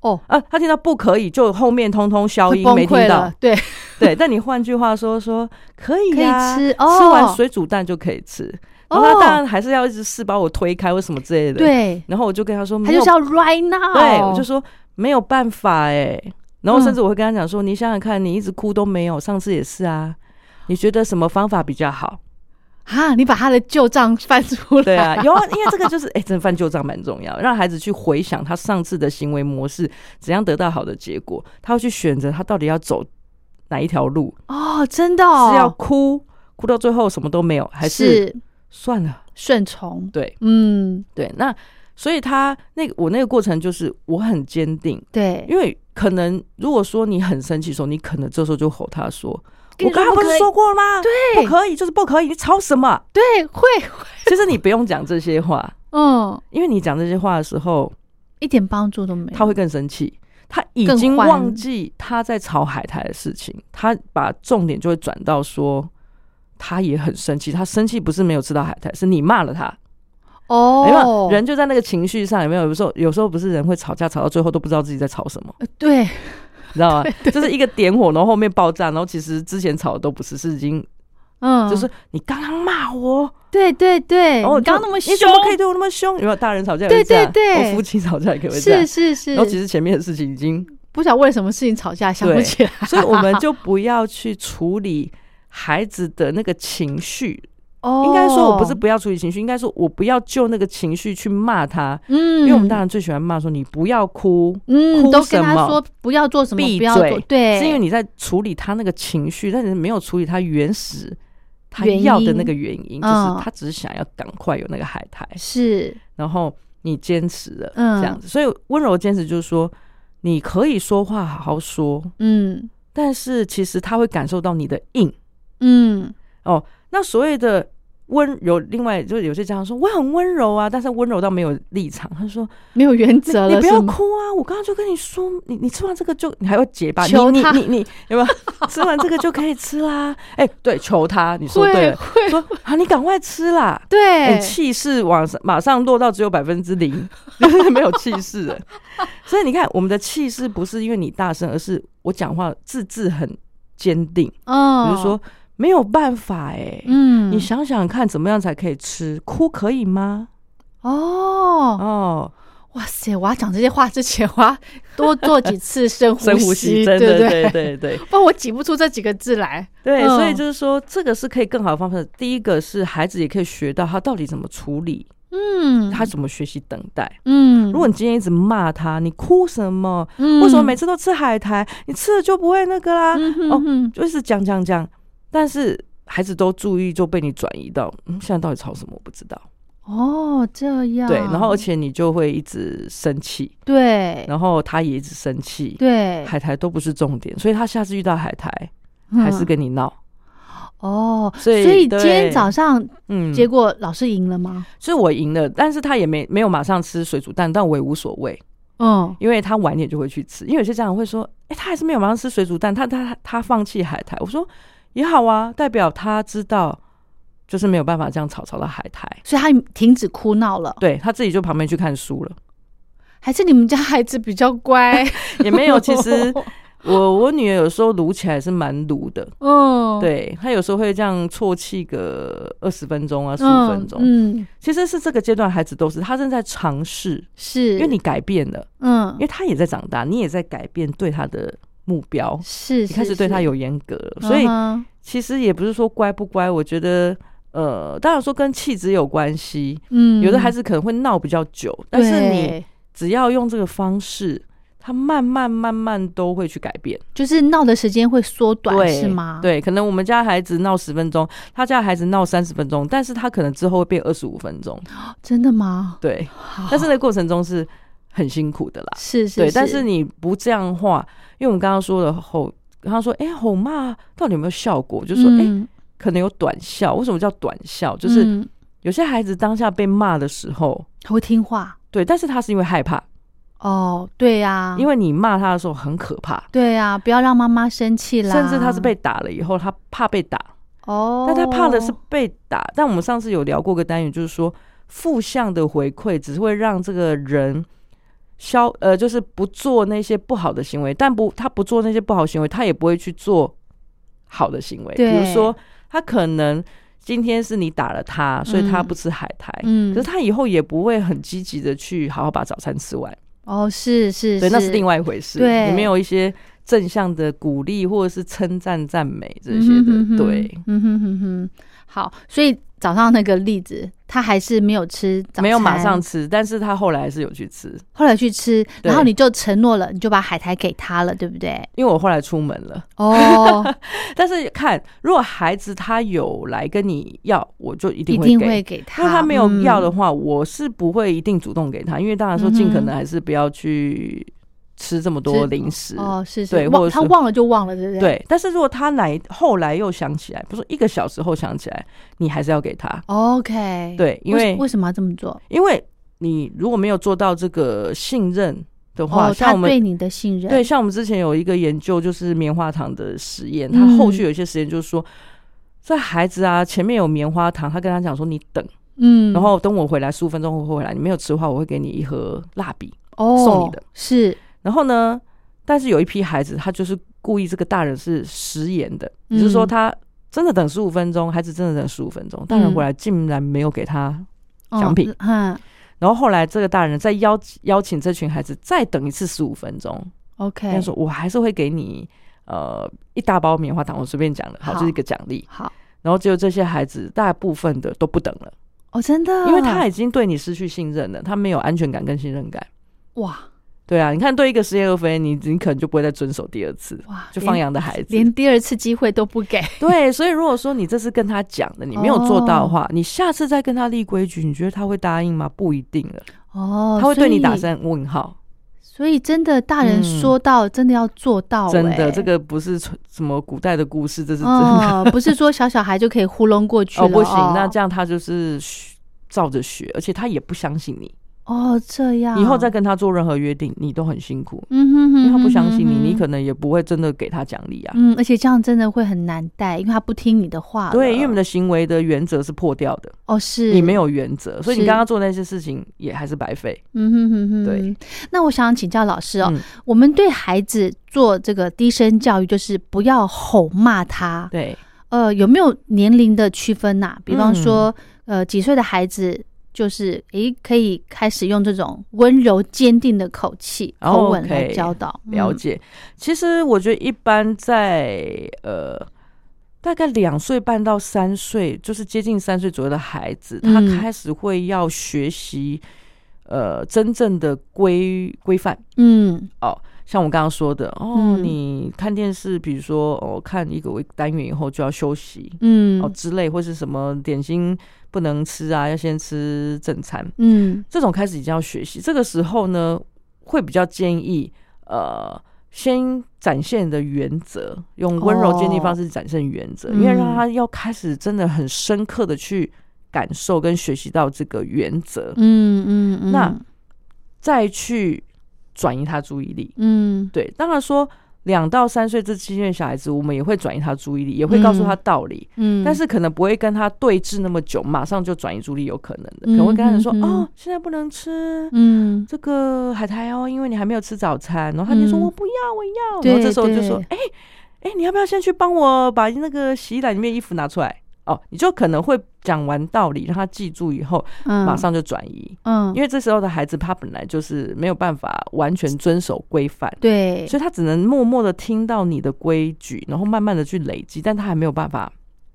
[SPEAKER 2] 哦，
[SPEAKER 3] 啊，他听到不可以，就后面通通消
[SPEAKER 2] 会
[SPEAKER 3] 音，
[SPEAKER 2] 崩
[SPEAKER 3] 没
[SPEAKER 2] 溃
[SPEAKER 3] 听到
[SPEAKER 2] 了。，对，
[SPEAKER 3] 对，但你换句话说，说可以
[SPEAKER 2] 可以
[SPEAKER 3] 呀
[SPEAKER 2] 吃
[SPEAKER 3] 吃
[SPEAKER 2] 哦
[SPEAKER 3] 完水煮蛋就可以吃。然后
[SPEAKER 2] 哦
[SPEAKER 3] 他当然还是要一直试把我推开或什么之类的。，
[SPEAKER 2] 对，
[SPEAKER 3] 然后我就跟他说，
[SPEAKER 2] 他
[SPEAKER 3] 没有，
[SPEAKER 2] 就是要 right now，
[SPEAKER 3] 对，我就说没有办法哎、然后甚
[SPEAKER 2] 嗯
[SPEAKER 3] 至我会跟他讲说，你想想看，你一直哭都没有，上次也是啊。你觉得什么方法比较好？
[SPEAKER 2] 啊，你把他的旧账翻出来，
[SPEAKER 3] 对啊，有啊，因为这个就是哎、真的翻旧账蛮重要，让孩子去回想他上次的行为模式，怎样得到好的结果，他会去选择他到底要走哪一条路，
[SPEAKER 2] 哦，真的哦，
[SPEAKER 3] 是要哭哭到最后什么都没有，还是
[SPEAKER 2] 是
[SPEAKER 3] 算了？
[SPEAKER 2] 顺从，
[SPEAKER 3] 对
[SPEAKER 2] 嗯，
[SPEAKER 3] 对，那所以他那个我那个过程就是我很坚定，
[SPEAKER 2] 对，
[SPEAKER 3] 因为可能如果说你很生气的时候，你可能这时候就吼他说：“
[SPEAKER 2] 跟
[SPEAKER 3] 我
[SPEAKER 2] 你说
[SPEAKER 3] 刚刚
[SPEAKER 2] 不
[SPEAKER 3] 不
[SPEAKER 2] 可以
[SPEAKER 3] 是说过了吗？
[SPEAKER 2] 对
[SPEAKER 3] 不可以，就是不可以，你吵什么
[SPEAKER 2] 对，会，会？”
[SPEAKER 3] 其实你不用讲这些话，
[SPEAKER 2] 嗯，
[SPEAKER 3] 因为你讲这些话的时候，
[SPEAKER 2] 一点帮助都没有。
[SPEAKER 3] 他会更生气。他已
[SPEAKER 2] 更
[SPEAKER 3] 经
[SPEAKER 2] 欢
[SPEAKER 3] 忘记他在吵海苔的事情，他把重点就会转到说，他也很生气。他生气不是没有吃到海苔，是你骂了他。有没
[SPEAKER 2] 哦
[SPEAKER 3] 有，人就在那个情绪上，有没有？有时候有时候不是人会吵架，吵到最后都不知道自己在吵什么。
[SPEAKER 2] 呃对，
[SPEAKER 3] 你知道吗？就是一个点火，然后后面爆炸，然后其实之前吵的都不是，是已经
[SPEAKER 2] 嗯，
[SPEAKER 3] 就是你刚刚骂我，
[SPEAKER 2] 对对对，
[SPEAKER 3] 然后我
[SPEAKER 2] 你
[SPEAKER 3] 就
[SPEAKER 2] 刚刚那么凶，
[SPEAKER 3] 你怎么可以对我那么凶？有没有大人吵架也会这样？
[SPEAKER 2] 对对对
[SPEAKER 3] 或夫妻吵架也可以会这样
[SPEAKER 2] 是。是是
[SPEAKER 3] 然后，其实前面的事情已经，
[SPEAKER 2] 不晓得为什么事情吵架，想不
[SPEAKER 3] 对
[SPEAKER 2] 起来，
[SPEAKER 3] 所以我们就不要去处理孩子的那个情绪。
[SPEAKER 2] 哦，
[SPEAKER 3] 应该说，我不是不要处理情绪，应该说我不要就那个情绪去骂他，
[SPEAKER 2] 嗯，
[SPEAKER 3] 因为我们大人最喜欢骂说你不要哭，
[SPEAKER 2] 嗯
[SPEAKER 3] 哭
[SPEAKER 2] 都跟
[SPEAKER 3] 什
[SPEAKER 2] 他
[SPEAKER 3] 么
[SPEAKER 2] 说不要做什么，
[SPEAKER 3] 闭
[SPEAKER 2] 不要做
[SPEAKER 3] 嘴，，
[SPEAKER 2] 对，
[SPEAKER 3] 是因为你在处理他那个情绪，但是没有处理他原始他
[SPEAKER 2] 原因
[SPEAKER 3] 要的那个原因，
[SPEAKER 2] 嗯
[SPEAKER 3] 就是他只是想要赶快有那个海苔，
[SPEAKER 2] 是
[SPEAKER 3] 然后你坚持了、
[SPEAKER 2] 嗯
[SPEAKER 3] 这样子，所以温柔坚持就是说，你可以说话好好说，
[SPEAKER 2] 嗯
[SPEAKER 3] 但是其实他会感受到你的硬
[SPEAKER 2] 嗯
[SPEAKER 3] 哦。那所谓的温柔，另外就是有些家长说我很温柔啊，但是温柔到没有立场。他说
[SPEAKER 2] 没有原则
[SPEAKER 3] 你
[SPEAKER 2] 了，
[SPEAKER 3] 不
[SPEAKER 2] 是
[SPEAKER 3] 要
[SPEAKER 2] 吗？
[SPEAKER 3] 哭啊！我刚刚就跟你说，你你吃完这个就你还要结巴，你
[SPEAKER 2] 求
[SPEAKER 3] 你
[SPEAKER 2] 他
[SPEAKER 3] 你你有没有吃完这个就可以吃啦？ 哎、对，求他，你说对
[SPEAKER 2] 会
[SPEAKER 3] 了，
[SPEAKER 2] 会，
[SPEAKER 3] 说啊，你赶快吃啦！哎
[SPEAKER 2] 对，
[SPEAKER 3] 气势往上马上落到只有百分之零， 就是没有气势了。所以你看，我们的气势不是因为你大声，而是我讲话字字很坚定，比
[SPEAKER 2] 嗯，
[SPEAKER 3] 如说、，没有办法哎、
[SPEAKER 2] 嗯，
[SPEAKER 3] 你想想看，怎么样才可以吃？哭可以吗？
[SPEAKER 2] 哦，
[SPEAKER 3] 哦，
[SPEAKER 2] 哇塞，我要讲这些话之前，我要多做几次深
[SPEAKER 3] 深呼吸，
[SPEAKER 2] 吸，
[SPEAKER 3] 真的，
[SPEAKER 2] 对不
[SPEAKER 3] 对对 对
[SPEAKER 2] 不然我挤不出这几个字来。
[SPEAKER 3] 对，
[SPEAKER 2] 嗯
[SPEAKER 3] 所以就是说，这个是可以更好的方法。第一个是孩子也可以学到他到底怎么处理，
[SPEAKER 2] 嗯，
[SPEAKER 3] 他怎么学习等待。
[SPEAKER 2] 嗯，
[SPEAKER 3] 如果你今天一直骂他，你哭什么？
[SPEAKER 2] 嗯
[SPEAKER 3] 为什么每次都吃海苔？你吃了就不会那个啦？
[SPEAKER 2] 嗯哼
[SPEAKER 3] 哦
[SPEAKER 2] 哼
[SPEAKER 3] 就是讲讲讲，但是孩子都注意就被你转移到，嗯，现在到底吵什么？我不知道。
[SPEAKER 2] 哦这样
[SPEAKER 3] 对，然后而且你就会一直生气，
[SPEAKER 2] 对
[SPEAKER 3] 然后他也一直生气。
[SPEAKER 2] 对
[SPEAKER 3] 海苔都不是重点，所以他下次遇到海苔还
[SPEAKER 2] 嗯
[SPEAKER 3] 是跟你闹。
[SPEAKER 2] 哦，
[SPEAKER 3] 所以
[SPEAKER 2] 今
[SPEAKER 3] 对
[SPEAKER 2] 天早上
[SPEAKER 3] 嗯，
[SPEAKER 2] 结果老师赢了吗？
[SPEAKER 3] 所以我赢了，但是他也没没有马上吃水煮蛋，但我也无所谓，
[SPEAKER 2] 嗯，
[SPEAKER 3] 因为他晚点就会去吃。因为有些家长会说，哎、他还是没有马上吃水煮蛋，他他他他放弃海苔。我说也好啊，代表他知道就是没有办法这样吵吵到海苔，
[SPEAKER 2] 所以他停止哭闹了。
[SPEAKER 3] 对他自己就旁边去看书了，
[SPEAKER 2] 还是你们家孩子比较 乖？
[SPEAKER 3] 也没有。其实我 我女儿有时候撸起来是蛮撸的，
[SPEAKER 2] 嗯，
[SPEAKER 3] 对她有时候会这样啜泣个二十分钟啊，十
[SPEAKER 2] 嗯，
[SPEAKER 3] 五分钟。
[SPEAKER 2] 嗯，
[SPEAKER 3] 其实是这个阶段孩子都是他正在尝试，
[SPEAKER 2] 是，
[SPEAKER 3] 因为你改变了。
[SPEAKER 2] 嗯
[SPEAKER 3] 因，为他也在长大，你也在改变对他的目标，
[SPEAKER 2] 是
[SPEAKER 3] 你开始对他，有严格了，
[SPEAKER 2] 是是
[SPEAKER 3] 所以
[SPEAKER 2] 嗯哼
[SPEAKER 3] 其实也不是说乖不乖，我觉得呃，当然说跟气质有关系，
[SPEAKER 2] 嗯，
[SPEAKER 3] 有的孩子可能会闹比较久，但是你
[SPEAKER 2] 对
[SPEAKER 3] 只要用这个方式，他慢慢慢慢都会去改变，
[SPEAKER 2] 就是闹的时间会缩短，
[SPEAKER 3] 对
[SPEAKER 2] 是吗？，
[SPEAKER 3] 对，可能我们家孩子闹十分钟，他家孩子闹三十分钟，但是他可能之后会变二十五分钟，
[SPEAKER 2] 真的吗？
[SPEAKER 3] 对，但是那个过程中是很辛苦的啦。
[SPEAKER 2] 是是，
[SPEAKER 3] 对，但是你不这样话，因为我们刚刚说的吼，刚刚说哎、诶吼骂到底有没有效果？就说哎、诶
[SPEAKER 2] 嗯
[SPEAKER 3] 可能有短效。为什么叫短效？就是
[SPEAKER 2] 嗯
[SPEAKER 3] 有些孩子当下被骂的时候，
[SPEAKER 2] 他会听话
[SPEAKER 3] 对，但是他是因为害怕，
[SPEAKER 2] 哦，对呀，
[SPEAKER 3] 因为你骂他的时候很可怕，
[SPEAKER 2] 对呀，不要让妈妈生气啦，
[SPEAKER 3] 甚至他是被打了以后，他怕被打，
[SPEAKER 2] 哦，
[SPEAKER 3] 但他怕的是被打。但我们上次有聊过个单元，就是说负向的回馈只会让这个人。消呃，就是不做那些不好的行为，但不他不做那些不好行为，他也不会去做好的行为。比
[SPEAKER 2] 对
[SPEAKER 3] 如说，他可能今天是你打了他，所以他不吃海苔，
[SPEAKER 2] 嗯
[SPEAKER 3] 可是他以后也不会很积极的去好好把早餐吃完。
[SPEAKER 2] 哦，是是，
[SPEAKER 3] 对，那是另外一回事。
[SPEAKER 2] 对
[SPEAKER 3] 你没有一些正向的鼓励或者是称赞、赞美这些的，
[SPEAKER 2] 嗯哼哼哼
[SPEAKER 3] 对。，
[SPEAKER 2] 嗯哼哼哼，好，所以早上那个例子，他还是没有吃早餐，
[SPEAKER 3] 没有马上，吃，但是他后来还是有去吃，
[SPEAKER 2] 后来去吃，
[SPEAKER 3] 对
[SPEAKER 2] 然后你就承诺了，你就把海苔给他了，对不对？
[SPEAKER 3] 因为我后来出门了。
[SPEAKER 2] 哦，
[SPEAKER 3] 但是看，如果孩子他有来跟你要，我 就一
[SPEAKER 2] 一
[SPEAKER 3] 定会
[SPEAKER 2] 定
[SPEAKER 3] 给。
[SPEAKER 2] 会给他。
[SPEAKER 3] 那他没有要的
[SPEAKER 2] 嗯，
[SPEAKER 3] 话，我是不会一定主动给他，因为当然说尽可能还是不要去吃这么多
[SPEAKER 2] 吃
[SPEAKER 3] 零食。
[SPEAKER 2] 哦，是是，
[SPEAKER 3] 对
[SPEAKER 2] 忘
[SPEAKER 3] 或者
[SPEAKER 2] 他
[SPEAKER 3] 是
[SPEAKER 2] 忘了就忘了，对不对？，
[SPEAKER 3] 对，但是如果他来后来又想起来，不是一个小时后想起来，你还是要给他。
[SPEAKER 2] OK，
[SPEAKER 3] 对因为
[SPEAKER 2] 为什么要这么做？
[SPEAKER 3] 因为你如果没有做到这个信任的话，
[SPEAKER 2] 哦，
[SPEAKER 3] 像
[SPEAKER 2] 他
[SPEAKER 3] 我
[SPEAKER 2] 对
[SPEAKER 3] 们
[SPEAKER 2] 你的信任，
[SPEAKER 3] 对，像我们之前有一个研究，就是棉花糖的实验，它
[SPEAKER 2] 嗯
[SPEAKER 3] 后续有一些实验就是说，这孩子啊前面有棉花糖，他跟他讲说你等，
[SPEAKER 2] 嗯，
[SPEAKER 3] 然后等我回来十五分钟后回来，你没有吃的话，我会给你一盒蜡笔。
[SPEAKER 2] 哦，
[SPEAKER 3] 送你的
[SPEAKER 2] 是，
[SPEAKER 3] 然后呢，但是有一批孩子他就是故意这个大人是食言的，也就是说
[SPEAKER 2] 嗯
[SPEAKER 3] 他真的等十五分钟，孩子真的等十五分钟，大人
[SPEAKER 2] 嗯
[SPEAKER 3] 回来竟然没有给他奖品
[SPEAKER 2] 哦嗯
[SPEAKER 3] 然后后来这个大人再邀邀请这群孩子再等一次十五分钟，
[SPEAKER 2] ，OK，
[SPEAKER 3] 跟他说我还是会给你呃一大包棉花糖，我随便讲的，好，
[SPEAKER 2] 好
[SPEAKER 3] 就是一个奖励。
[SPEAKER 2] 好，
[SPEAKER 3] 然后结果这些孩子大部分的都不等了，
[SPEAKER 2] 哦，真的，
[SPEAKER 3] 因为他已经对你失去信任了，他没有安全感跟信任感。
[SPEAKER 2] 哇
[SPEAKER 3] 对啊，你看对一个实验而非，你你可能就不会再遵守第二次，
[SPEAKER 2] 哇，
[SPEAKER 3] 就
[SPEAKER 2] 连
[SPEAKER 3] 放养的孩子。
[SPEAKER 2] 连第二次机会都不给，
[SPEAKER 3] 对，所以如果说你这次跟他讲的，你没有做到的话，
[SPEAKER 2] 嗯
[SPEAKER 3] 你下次再 跟他立规矩，你觉得他会答应吗？不一定了，
[SPEAKER 2] 哦，
[SPEAKER 3] 他会对你打
[SPEAKER 2] 所以
[SPEAKER 3] 上问号。
[SPEAKER 2] 所以真的大人
[SPEAKER 3] 嗯
[SPEAKER 2] 说到，真的要做到、
[SPEAKER 3] 真的，
[SPEAKER 2] 哎
[SPEAKER 3] 这个不是纯什么古代的故事，这是真的。
[SPEAKER 2] 哦，不是说小小孩就可以糊弄过去了
[SPEAKER 3] 哦，不行，
[SPEAKER 2] 哦
[SPEAKER 3] 那这样他就是学照着学，而且他也不相信你。
[SPEAKER 2] 哦这样，
[SPEAKER 3] 以后再跟他做任何约定，你都很辛苦，
[SPEAKER 2] 嗯哼哼，
[SPEAKER 3] 因为他不相信你，
[SPEAKER 2] 嗯哼
[SPEAKER 3] 你可能也不会真的给他奖励啊。
[SPEAKER 2] 嗯，而且这样真的会很难带，因为他不听你的话了。
[SPEAKER 3] 对，因为我们的行为的原则是破掉的，
[SPEAKER 2] 哦是
[SPEAKER 3] 你没，有原则，所以你
[SPEAKER 2] 是
[SPEAKER 3] 刚刚做那些事情也还是白费。
[SPEAKER 2] 嗯哼哼哼，
[SPEAKER 3] 对。
[SPEAKER 2] 那我想请教老师哦，
[SPEAKER 3] 嗯
[SPEAKER 2] 我们对孩子做这个低声教育，就是不要吼骂他。
[SPEAKER 3] 对，
[SPEAKER 2] 呃，有没有年龄的区分呐、比方
[SPEAKER 3] 嗯
[SPEAKER 2] 说，呃，几岁的孩子就是诶，可以开始用这种温柔坚定的口气、
[SPEAKER 3] 哦
[SPEAKER 2] 口吻来
[SPEAKER 3] OK，
[SPEAKER 2] 教导。
[SPEAKER 3] 了
[SPEAKER 2] 嗯
[SPEAKER 3] 解。其实我觉得一般在呃大概两岁半到三岁，就是接近三岁左右的孩子，他
[SPEAKER 2] 嗯
[SPEAKER 3] 开始会要学习呃真正的规规范
[SPEAKER 2] 嗯
[SPEAKER 3] 哦。像我刚刚说的哦，
[SPEAKER 2] 嗯
[SPEAKER 3] 你看电视，比如说哦，看一个单元以后就要休息、
[SPEAKER 2] 嗯
[SPEAKER 3] 哦之类，或是什么点心不能吃啊，要先吃正餐。
[SPEAKER 2] 嗯
[SPEAKER 3] 这种开始已经要学习，这个时候呢，会比较建议呃，先展现你的原则，用温柔坚定方式展现原则，
[SPEAKER 2] 嗯
[SPEAKER 3] 因为让他要开始真的很深刻的去感受跟学习到这个原则，
[SPEAKER 2] 嗯嗯嗯，
[SPEAKER 3] 那再去转移他注意力。
[SPEAKER 2] 嗯
[SPEAKER 3] 对，当然说两到三岁这期间的小孩子，我们也会转移他注意力，也会告诉他道理。
[SPEAKER 2] 嗯，
[SPEAKER 3] 但是可能不会跟他对峙那么久，马上就转移注意力，有可能的，
[SPEAKER 2] 嗯
[SPEAKER 3] 可能会跟他说：“
[SPEAKER 2] 嗯嗯
[SPEAKER 3] 哦，现在不能吃，
[SPEAKER 2] 嗯
[SPEAKER 3] 这个海苔哦，因为你还没有吃早餐，然后他就说、
[SPEAKER 2] 嗯
[SPEAKER 3] 我不要，我要，
[SPEAKER 2] 对
[SPEAKER 3] 然后这时候就说
[SPEAKER 2] 对，
[SPEAKER 3] 哎哎、你要不要先去帮我把那个洗衣篮里面衣服拿出来？哦，你就可能会讲完道理，让他记住以后，
[SPEAKER 2] 嗯
[SPEAKER 3] 马上就转移，
[SPEAKER 2] 嗯，
[SPEAKER 3] 因为这时候的孩子他本来就是没有办法完全遵守规范。
[SPEAKER 2] 对，
[SPEAKER 3] 所以他只能默默的听到你的规矩，然后慢慢的去累积，但他还没有办法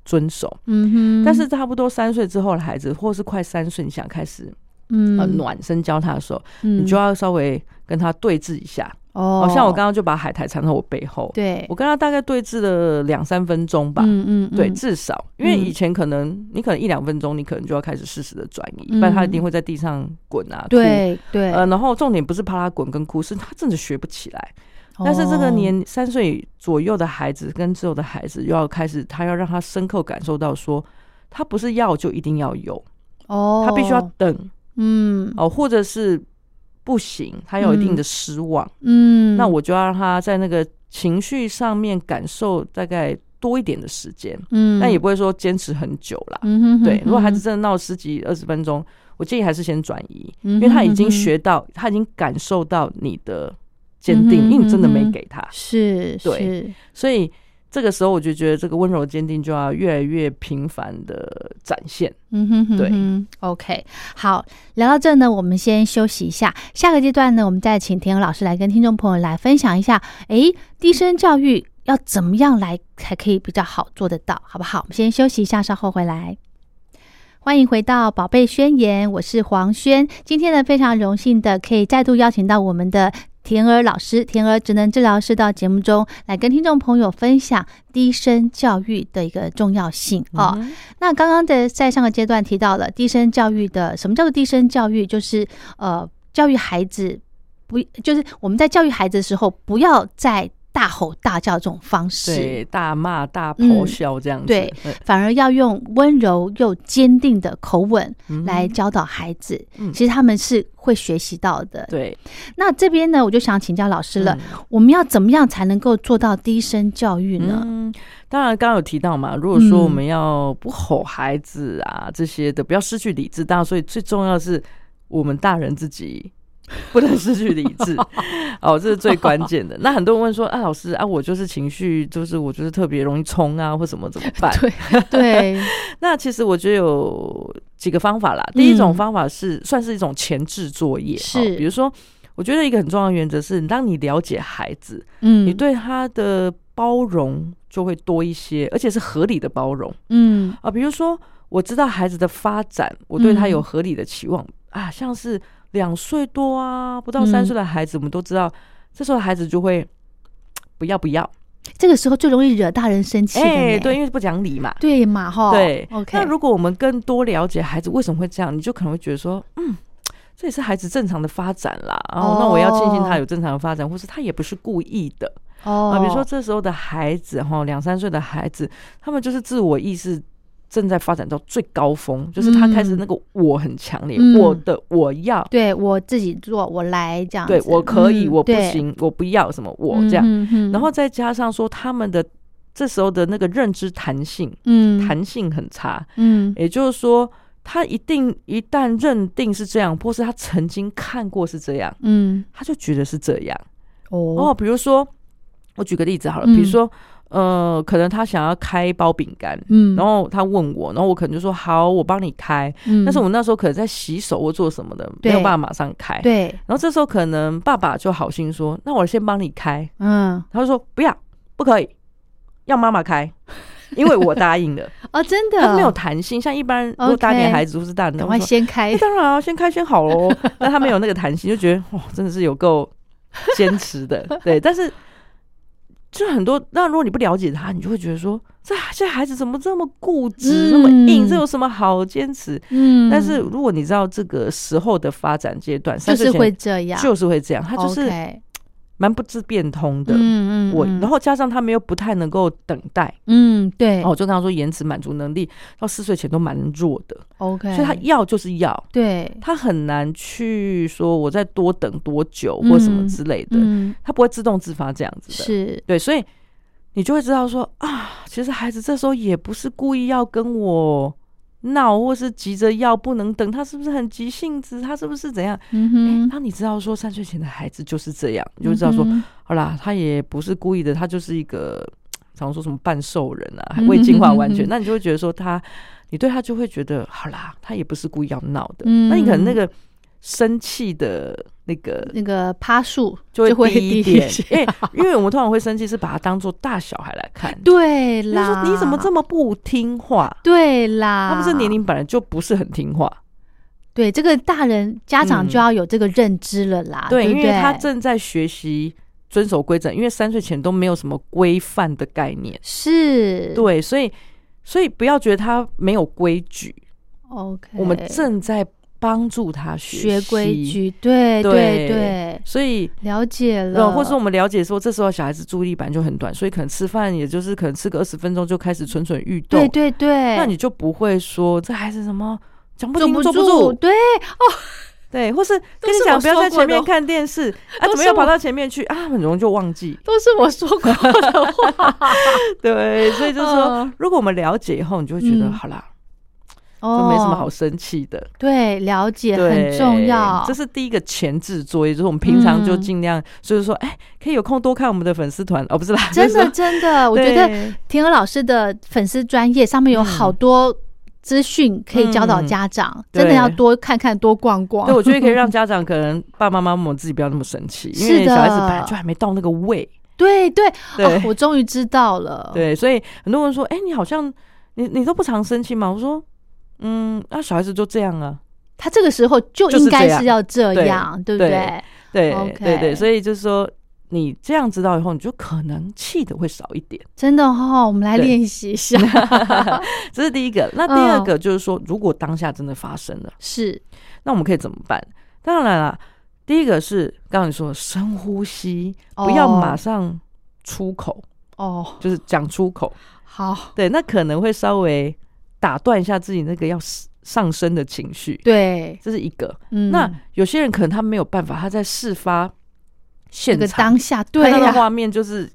[SPEAKER 3] 遵守。
[SPEAKER 2] 嗯哼，
[SPEAKER 3] 但是差不多三岁之后的孩子，或是快三岁，你想开始
[SPEAKER 2] 嗯
[SPEAKER 3] 呃暖身教他的时候，
[SPEAKER 2] 嗯
[SPEAKER 3] 你就要稍微跟他对峙一下。
[SPEAKER 2] 哦
[SPEAKER 3] 好、像我刚刚就把海苔缠到我背后，
[SPEAKER 2] 对
[SPEAKER 3] 我跟他大概对峙了两三分钟吧。
[SPEAKER 2] 嗯嗯
[SPEAKER 3] 对，
[SPEAKER 2] 嗯
[SPEAKER 3] 至少因为
[SPEAKER 2] 嗯
[SPEAKER 3] 以前可能你可能一两分钟，你可能就要开始适时的转移，
[SPEAKER 2] 嗯
[SPEAKER 3] 不然他一定会在地上滚啊，哭。
[SPEAKER 2] 对对，
[SPEAKER 3] 呃，然后重点不是怕他滚跟哭，是他真的学不起来。但是这个
[SPEAKER 2] 哦
[SPEAKER 3] 年三岁左右的孩子跟之后的孩子，又要开始，他要让他深刻感受到说，他不是要就一定要有，
[SPEAKER 2] 哦，
[SPEAKER 3] 他必须要等
[SPEAKER 2] 嗯
[SPEAKER 3] 哦，或者是不行，他有一定的失望，
[SPEAKER 2] 嗯，
[SPEAKER 3] 那我就要让他在那个情绪上面感受大概多一点的时间，
[SPEAKER 2] 嗯，
[SPEAKER 3] 但也不会说坚持很久啦。
[SPEAKER 2] 嗯哼哼
[SPEAKER 3] 对，如果孩子
[SPEAKER 2] 嗯
[SPEAKER 3] 真的闹十几二十分钟，我建议还是先转移，
[SPEAKER 2] 嗯
[SPEAKER 3] 因为他已
[SPEAKER 2] 哼
[SPEAKER 3] 经
[SPEAKER 2] 哼哼
[SPEAKER 3] 学到，他已经感受到你的坚定，
[SPEAKER 2] 嗯哼
[SPEAKER 3] 因为你真的
[SPEAKER 2] 嗯
[SPEAKER 3] 没
[SPEAKER 2] 哼
[SPEAKER 3] 给他。
[SPEAKER 2] 是
[SPEAKER 3] 对
[SPEAKER 2] 是
[SPEAKER 3] 所以这个时候我就觉得这个温柔坚定就要越来越频繁的展现。
[SPEAKER 2] 嗯哼哼
[SPEAKER 3] 对
[SPEAKER 2] 哼，OK，好，聊到这呢，我们先休息一下。下个阶段呢，我们再请田友老师来跟听众朋友来分享一下，诶，低声教育要怎么样来才可以比较好做得到，好不好？我们先休息一下，稍后回来。欢迎回到《宝贝宣言》，我是黄轩。今天呢，非常荣幸的可以再度邀请到我们的田儿老师、田儿职能治疗师到节目中来跟听众朋友分享低声教育的一个重要性
[SPEAKER 3] 嗯
[SPEAKER 2] 哦。那刚刚的在上个阶段提到了低声教育的，什么叫做低声教育？就是呃，教育孩子不，就是我们在教育孩子的时候，不要再大吼大叫这种方式，
[SPEAKER 3] 对，大骂大
[SPEAKER 2] 嗯
[SPEAKER 3] 咆哮这样子。
[SPEAKER 2] 对
[SPEAKER 3] 嗯，
[SPEAKER 2] 反而要用温柔又坚定的口吻
[SPEAKER 3] 嗯
[SPEAKER 2] 来教导孩子。
[SPEAKER 3] 嗯
[SPEAKER 2] 其实他们是会学习到的。，
[SPEAKER 3] 对，
[SPEAKER 2] 那这边呢，我就想请教老师了，
[SPEAKER 3] 嗯
[SPEAKER 2] 我们要怎么样才能够做到低声教育呢？
[SPEAKER 3] 嗯，当然，刚刚有提到嘛，如果说
[SPEAKER 2] 嗯
[SPEAKER 3] 我们要不吼孩子啊、这些的，不要失去理智，当然，所以最重要的是我们大人自己不能失去理智，哦，这是最关键的。那很多人问说啊，老师啊，我就是情绪，就是我就是特别容易冲啊，或什么怎么办？
[SPEAKER 2] 对 对，
[SPEAKER 3] 那其实我觉得有几个方法啦。第一种
[SPEAKER 2] 嗯
[SPEAKER 3] 方法是、算是一种前置作业，
[SPEAKER 2] 是
[SPEAKER 3] 哦比如说，我觉得一个很重要的原则是，当你了解孩子，
[SPEAKER 2] 嗯，
[SPEAKER 3] 你，对他的包容就会多一些，而且是合理的包容
[SPEAKER 2] 嗯
[SPEAKER 3] 啊。比如说，我知道孩子的发展，我对他
[SPEAKER 2] 嗯
[SPEAKER 3] 有合理的期望、啊，像是两岁多啊，不到
[SPEAKER 2] 嗯
[SPEAKER 3] 三岁的孩子，我们都知道，这时候孩子就会不要不要，
[SPEAKER 2] 这个时候最容易惹大人生气的呢、
[SPEAKER 3] 哎对，因为不讲理嘛，哦
[SPEAKER 2] 对嘛哈，
[SPEAKER 3] 对
[SPEAKER 2] ，OK，
[SPEAKER 3] 那如果我们更多了解孩子为什么会这样，你就可能会觉得说，嗯，这也是孩子正常的发展啦。
[SPEAKER 2] 哦
[SPEAKER 3] 哦，那我要庆幸他有正常的发展，或是他也不是故意的
[SPEAKER 2] 哦
[SPEAKER 3] 啊。比如说这时候的孩子哈，两三岁的孩子，他们就是自我意识正在发展到最高峰，就是他开始那个我很强烈，
[SPEAKER 2] 嗯
[SPEAKER 3] 我的我要，
[SPEAKER 2] 对我自己做，我来这样子，
[SPEAKER 3] 对我可以，
[SPEAKER 2] 嗯
[SPEAKER 3] 我不，行，我不要什么我
[SPEAKER 2] 对
[SPEAKER 3] 这样。
[SPEAKER 2] 嗯哼
[SPEAKER 3] 然后再加上说他们的这时候的那个认知弹性，
[SPEAKER 2] 嗯
[SPEAKER 3] 弹性很差，
[SPEAKER 2] 嗯
[SPEAKER 3] 也就是说，他一定一旦认定是这样，或是他曾经看过是这样，
[SPEAKER 2] 嗯
[SPEAKER 3] 他就觉得是这样。
[SPEAKER 2] 哦
[SPEAKER 3] 哦，比如说，我举个例子好了，
[SPEAKER 2] 嗯
[SPEAKER 3] 比如说，呃，可能他想要开一包饼干。
[SPEAKER 2] 嗯，
[SPEAKER 3] 然后他问我，然后我可能就说好，我帮你开。
[SPEAKER 2] 嗯
[SPEAKER 3] 但是我那时候可能在洗手或做什么的，
[SPEAKER 2] 对
[SPEAKER 3] 没有办法马上开。
[SPEAKER 2] 对
[SPEAKER 3] 然后这时候可能爸爸就好心说，那我先帮你开。
[SPEAKER 2] 嗯
[SPEAKER 3] 他就说不要，不可以，要妈妈开，因为我答应了。
[SPEAKER 2] 哦 真的
[SPEAKER 3] 他没有弹性，像一般如果大
[SPEAKER 2] OK
[SPEAKER 3] 年孩子或是大人，他
[SPEAKER 2] 赶
[SPEAKER 3] 会
[SPEAKER 2] 快
[SPEAKER 3] 说
[SPEAKER 2] 先开
[SPEAKER 3] 哎，当然啊，先开先好 喽。但他没有那个弹性，就觉得哇，真的是有够坚持 的。对，但是就很多，那如果你不了解他，你就会觉得说，这这孩子怎么这么固执，那么硬，
[SPEAKER 2] 嗯
[SPEAKER 3] 这有什么好坚持？
[SPEAKER 2] 嗯，
[SPEAKER 3] 但是如果你知道这个时候的发展阶段，
[SPEAKER 2] 就
[SPEAKER 3] 三岁
[SPEAKER 2] 是
[SPEAKER 3] 前
[SPEAKER 2] 会这样，
[SPEAKER 3] 就是会这样，他就是
[SPEAKER 2] OK，
[SPEAKER 3] 蛮不知变通的。
[SPEAKER 2] 嗯嗯，
[SPEAKER 3] 我，
[SPEAKER 2] 嗯
[SPEAKER 3] 然后加上他们又不太能够等待，
[SPEAKER 2] 嗯对
[SPEAKER 3] 哦，我就跟他说延迟满足能力到四岁前都蛮弱的，
[SPEAKER 2] ，OK，
[SPEAKER 3] 所以他要就是要，
[SPEAKER 2] 对
[SPEAKER 3] 他很难去说我再多等多久或什么之类的，
[SPEAKER 2] 嗯
[SPEAKER 3] 他不会自动自发这样子的。
[SPEAKER 2] 是
[SPEAKER 3] 对，所以你就会知道说啊，其实孩子这时候也不是故意要跟我闹，或是急着要不能等，他是不是很急性子？他是不是怎样？
[SPEAKER 2] 嗯
[SPEAKER 3] 嗯，
[SPEAKER 2] 哼，
[SPEAKER 3] 当你知道说三岁前的孩子就是这样，你就知道说、
[SPEAKER 2] 嗯哼
[SPEAKER 3] 好啦，他也不是故意的，他就是一个常说什么半兽人啊，还未进化完全，
[SPEAKER 2] 嗯
[SPEAKER 3] 那你就会觉得说他，你对他就会觉得好啦，他也不是故意要闹的，
[SPEAKER 2] 嗯
[SPEAKER 3] 那你可能那个生气的那个
[SPEAKER 2] 那个趴数
[SPEAKER 3] 就会低
[SPEAKER 2] 低
[SPEAKER 3] 一点，哎因
[SPEAKER 2] 些
[SPEAKER 3] 为 因为我们通常会生气是把他当做大小孩来看，
[SPEAKER 2] 对
[SPEAKER 3] 就是说
[SPEAKER 2] 啦，啊
[SPEAKER 3] 你怎么这么不听话？
[SPEAKER 2] 对啦？
[SPEAKER 3] 他们这年龄本来就不是很听话，
[SPEAKER 2] 对，这个大人家长就要有这个认知了啦，
[SPEAKER 3] 嗯
[SPEAKER 2] 啊
[SPEAKER 3] 对，
[SPEAKER 2] 不
[SPEAKER 3] 因为他正在学习遵守规则，因为三岁前都没有什么规范的概念。
[SPEAKER 2] 是
[SPEAKER 3] 对，所以所以不要觉得他没有规矩，
[SPEAKER 2] ，OK，
[SPEAKER 3] 我们正在帮助他
[SPEAKER 2] 学
[SPEAKER 3] 习
[SPEAKER 2] 规。矩，对
[SPEAKER 3] 对
[SPEAKER 2] 对，
[SPEAKER 3] 所以，
[SPEAKER 2] 了解了，
[SPEAKER 3] 呃，或是我们了解说，这时候小孩子注意力本来就很短，所以可能吃饭也就是可能吃个二十分钟就开始蠢蠢欲动。
[SPEAKER 2] 对对对，
[SPEAKER 3] 那你就不会说这孩子什么讲不
[SPEAKER 2] 坐
[SPEAKER 3] 听
[SPEAKER 2] 不
[SPEAKER 3] 坐不
[SPEAKER 2] 住，
[SPEAKER 3] 住，
[SPEAKER 2] 对，哦
[SPEAKER 3] 对，或是跟
[SPEAKER 2] 是
[SPEAKER 3] 你
[SPEAKER 2] 我
[SPEAKER 3] 讲不要
[SPEAKER 2] 说
[SPEAKER 3] 在
[SPEAKER 2] 过的
[SPEAKER 3] 前面看电视啊，
[SPEAKER 2] 都
[SPEAKER 3] 怎么
[SPEAKER 2] 是
[SPEAKER 3] 又跑
[SPEAKER 2] 我
[SPEAKER 3] 到前面去啊？很容易就忘记。
[SPEAKER 2] 都是我说过的话，
[SPEAKER 3] 对，所以就是说
[SPEAKER 2] 嗯，
[SPEAKER 3] 如果我们了解以后，你就会觉得
[SPEAKER 2] 嗯
[SPEAKER 3] 好啦，就
[SPEAKER 2] 哦
[SPEAKER 3] 没什么好生气的。
[SPEAKER 2] 对，了解
[SPEAKER 3] 对，
[SPEAKER 2] 很重要，
[SPEAKER 3] 这是第一个前置作业，就是我们平常就
[SPEAKER 2] 嗯
[SPEAKER 3] 尽量，就是说，哎，可以有空多看我们的粉丝团哦，不是 啦，
[SPEAKER 2] 真
[SPEAKER 3] 就是
[SPEAKER 2] 的
[SPEAKER 3] 说
[SPEAKER 2] 真的，我觉得
[SPEAKER 3] 对
[SPEAKER 2] 田鹅老师的粉丝专业上面有好多资讯可以教导
[SPEAKER 3] 嗯
[SPEAKER 2] 家长，
[SPEAKER 3] 对
[SPEAKER 2] 真的要多看看，多逛逛。
[SPEAKER 3] 对，我觉得可以让家长可能爸爸妈妈们自己不要那么生气，因
[SPEAKER 2] 是
[SPEAKER 3] 为
[SPEAKER 2] 的
[SPEAKER 3] 小孩子本来就还没到那个位，
[SPEAKER 2] 对对
[SPEAKER 3] 对
[SPEAKER 2] 哦我终于知道了。
[SPEAKER 3] 对，所以很多人说，哎，你好像你你都不常生气吗？我说，嗯，那小孩子就这样啊，
[SPEAKER 2] 他这个时候就
[SPEAKER 3] 就是
[SPEAKER 2] 应
[SPEAKER 3] 这样
[SPEAKER 2] 该是要这样，对
[SPEAKER 3] 对
[SPEAKER 2] 不对？
[SPEAKER 3] 对对
[SPEAKER 2] OK
[SPEAKER 3] 对对，所以就是说。你这样知道以后，你就可能气的会少一 点，
[SPEAKER 2] 真的哈、我们来
[SPEAKER 3] 对
[SPEAKER 2] 练习一下。
[SPEAKER 3] 这是第一个。那第二
[SPEAKER 2] 嗯
[SPEAKER 3] 个就是说，如果当下真的发生了，
[SPEAKER 2] 是，
[SPEAKER 3] 那我们可以怎么办？当然啦，第一个是刚刚你说的深呼吸，不要
[SPEAKER 2] 哦
[SPEAKER 3] 马上出口，
[SPEAKER 2] 哦，
[SPEAKER 3] 就是讲出口。
[SPEAKER 2] 好，
[SPEAKER 3] 对，那可能会稍微打断一下自己那个要上升的情绪，
[SPEAKER 2] 对，
[SPEAKER 3] 这是一个。
[SPEAKER 2] 嗯，
[SPEAKER 3] 那有些人可能他没有办法，他在事发
[SPEAKER 2] 这
[SPEAKER 3] 现
[SPEAKER 2] 个
[SPEAKER 3] 场
[SPEAKER 2] 当下，对
[SPEAKER 3] 看到
[SPEAKER 2] 呀、
[SPEAKER 3] 的画面就是。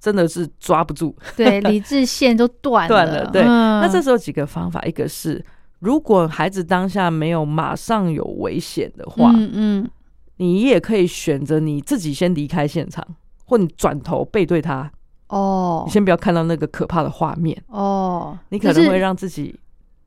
[SPEAKER 3] 真的是抓不住，
[SPEAKER 2] 对，理智线都断
[SPEAKER 3] 断
[SPEAKER 2] 了，
[SPEAKER 3] 了。对，
[SPEAKER 2] 嗯
[SPEAKER 3] 那这时候几个方法，一个是如果孩子当下没有马上有危险的话，
[SPEAKER 2] 嗯嗯，
[SPEAKER 3] 你也可以选择你自己先离开现场，或你转头背对他，
[SPEAKER 2] 哦
[SPEAKER 3] 你先不要看到那个可怕的画面，
[SPEAKER 2] 哦，
[SPEAKER 3] 你可
[SPEAKER 2] 这
[SPEAKER 3] 能
[SPEAKER 2] 是
[SPEAKER 3] 会让自己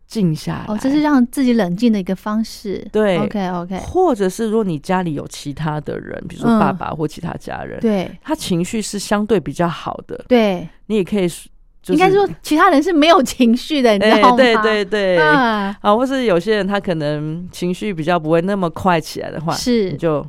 [SPEAKER 3] 静下来。
[SPEAKER 2] 哦，这是让自己冷静的一个方式。
[SPEAKER 3] 对
[SPEAKER 2] ，OK OK，
[SPEAKER 3] 或者是如果你家里有其他的人，比如说
[SPEAKER 2] 嗯
[SPEAKER 3] 爸爸或其他家人，
[SPEAKER 2] 对
[SPEAKER 3] 他情绪是相对比较好的，
[SPEAKER 2] 对，
[SPEAKER 3] 你也可以、就是、
[SPEAKER 2] 应该说其他人是没有情绪的，你知
[SPEAKER 3] 哎、
[SPEAKER 2] 道吗？
[SPEAKER 3] 对对对。
[SPEAKER 2] 啊，
[SPEAKER 3] 啊，或是有些人他可能情绪比较不会那么快起来的话，
[SPEAKER 2] 是
[SPEAKER 3] 你就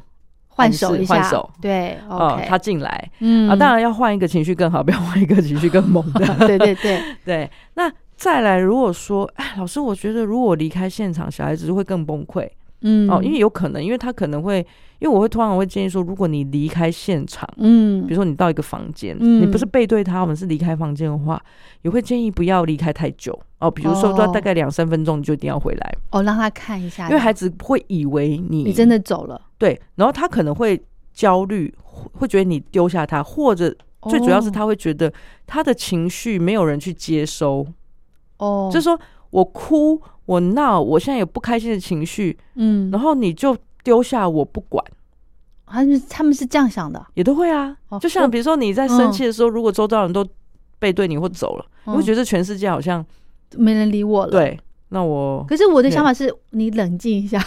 [SPEAKER 2] 换手一下，
[SPEAKER 3] 换手
[SPEAKER 2] 对
[SPEAKER 3] 哦
[SPEAKER 2] ，OK，、
[SPEAKER 3] 他进来、
[SPEAKER 2] 嗯
[SPEAKER 3] 啊，当然要换一个情绪更好，不要换一个情绪更猛的。
[SPEAKER 2] 对对对，
[SPEAKER 3] 对，那再来，如果说，哎，老师，我觉得如果离开现场，小孩子会更崩溃。
[SPEAKER 2] 嗯
[SPEAKER 3] 哦，因为有可能，因为他可能会，因为我会通常会建议说，如果你离开现场，
[SPEAKER 2] 嗯
[SPEAKER 3] 比如说你到一个房间，
[SPEAKER 2] 嗯
[SPEAKER 3] 你不是背对他，我们是离开房间的话，也会建议不要离开太久哦。比如说，
[SPEAKER 2] 哦
[SPEAKER 3] 到大概两三分钟你就一定要回来，
[SPEAKER 2] 哦，让他看一下，
[SPEAKER 3] 因为孩子会以为你
[SPEAKER 2] 你真的走了，
[SPEAKER 3] 对，然后他可能会焦虑，会会觉得你丢下他，或者
[SPEAKER 2] 哦
[SPEAKER 3] 最主要是他会觉得他的情绪没有人去接收，
[SPEAKER 2] 哦，
[SPEAKER 3] 就是说我哭，我闹，我现在有不开心的情绪，
[SPEAKER 2] 嗯，
[SPEAKER 3] 然后你就丢下我不管。
[SPEAKER 2] 他们他们是这样想的，
[SPEAKER 3] 也都会啊
[SPEAKER 2] 哦。
[SPEAKER 3] 就像比如说你在生气的时候，如果周遭人都背对你或走了，
[SPEAKER 2] 嗯
[SPEAKER 3] 你会觉得全世界好像
[SPEAKER 2] 没人理我了。，
[SPEAKER 3] 对。那我
[SPEAKER 2] 可是我的想法是你冷静一下，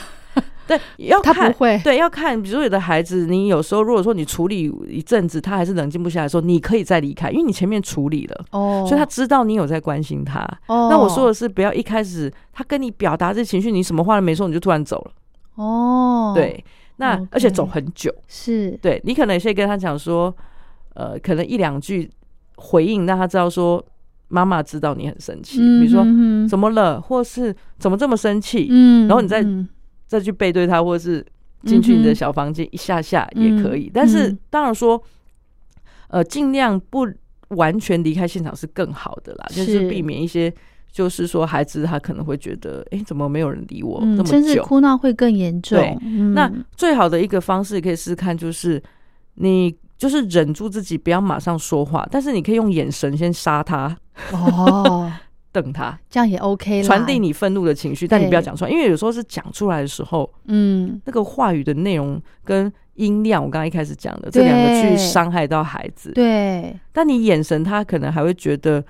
[SPEAKER 3] 对要
[SPEAKER 2] 他
[SPEAKER 3] 看
[SPEAKER 2] 不会
[SPEAKER 3] 对要看，比如说有的孩子，你有时候如果说你处理一阵子，他还是冷静不下来的时候，你可以再离开，因为你前面处理了。
[SPEAKER 2] 哦，
[SPEAKER 3] 所以他知道你有在关心他。
[SPEAKER 2] 哦，
[SPEAKER 3] 那我说的是，不要一开始他跟你表达这情绪，你什么话都没说，你就突然走了。
[SPEAKER 2] 哦，，
[SPEAKER 3] 对，那、
[SPEAKER 2] OK
[SPEAKER 3] 而且走很久。
[SPEAKER 2] 是
[SPEAKER 3] 对你可能也先跟他讲说，呃，可能一两句回应，让他知道说妈妈知道你很生气，比如说
[SPEAKER 2] 嗯哼
[SPEAKER 3] 怎么了，或是怎么这么生气，
[SPEAKER 2] 嗯，
[SPEAKER 3] 然后你再
[SPEAKER 2] 嗯
[SPEAKER 3] 再去背对他，或是进去你
[SPEAKER 2] 嗯哼
[SPEAKER 3] 的小房间一下下也可以。
[SPEAKER 2] 嗯
[SPEAKER 3] 但是
[SPEAKER 2] 嗯
[SPEAKER 3] 当然说，呃，尽量不完全离开现场是更好的啦，就是
[SPEAKER 2] 是
[SPEAKER 3] 避免一些。就是说，孩子他可能会觉得，哎、怎么没有人理我
[SPEAKER 2] 嗯
[SPEAKER 3] 那么久？
[SPEAKER 2] 甚至哭闹会更严重
[SPEAKER 3] 对。
[SPEAKER 2] 嗯
[SPEAKER 3] 那最好的一个方式可以试试看，就是你就是忍住自己，不要马上说话，但是你可以用眼神先杀他，
[SPEAKER 2] 哦，
[SPEAKER 3] 瞪他，
[SPEAKER 2] 这样也 OK 啦，
[SPEAKER 3] 传递你愤怒的情绪，但你不要
[SPEAKER 2] 对
[SPEAKER 3] 讲出来，因为有时候是讲出来的时候，
[SPEAKER 2] 嗯
[SPEAKER 3] 那个话语的内容跟音量，我刚刚一开始讲的这两个
[SPEAKER 2] 对
[SPEAKER 3] 去伤害到孩子，
[SPEAKER 2] 对
[SPEAKER 3] 但你眼神他可能还会觉得，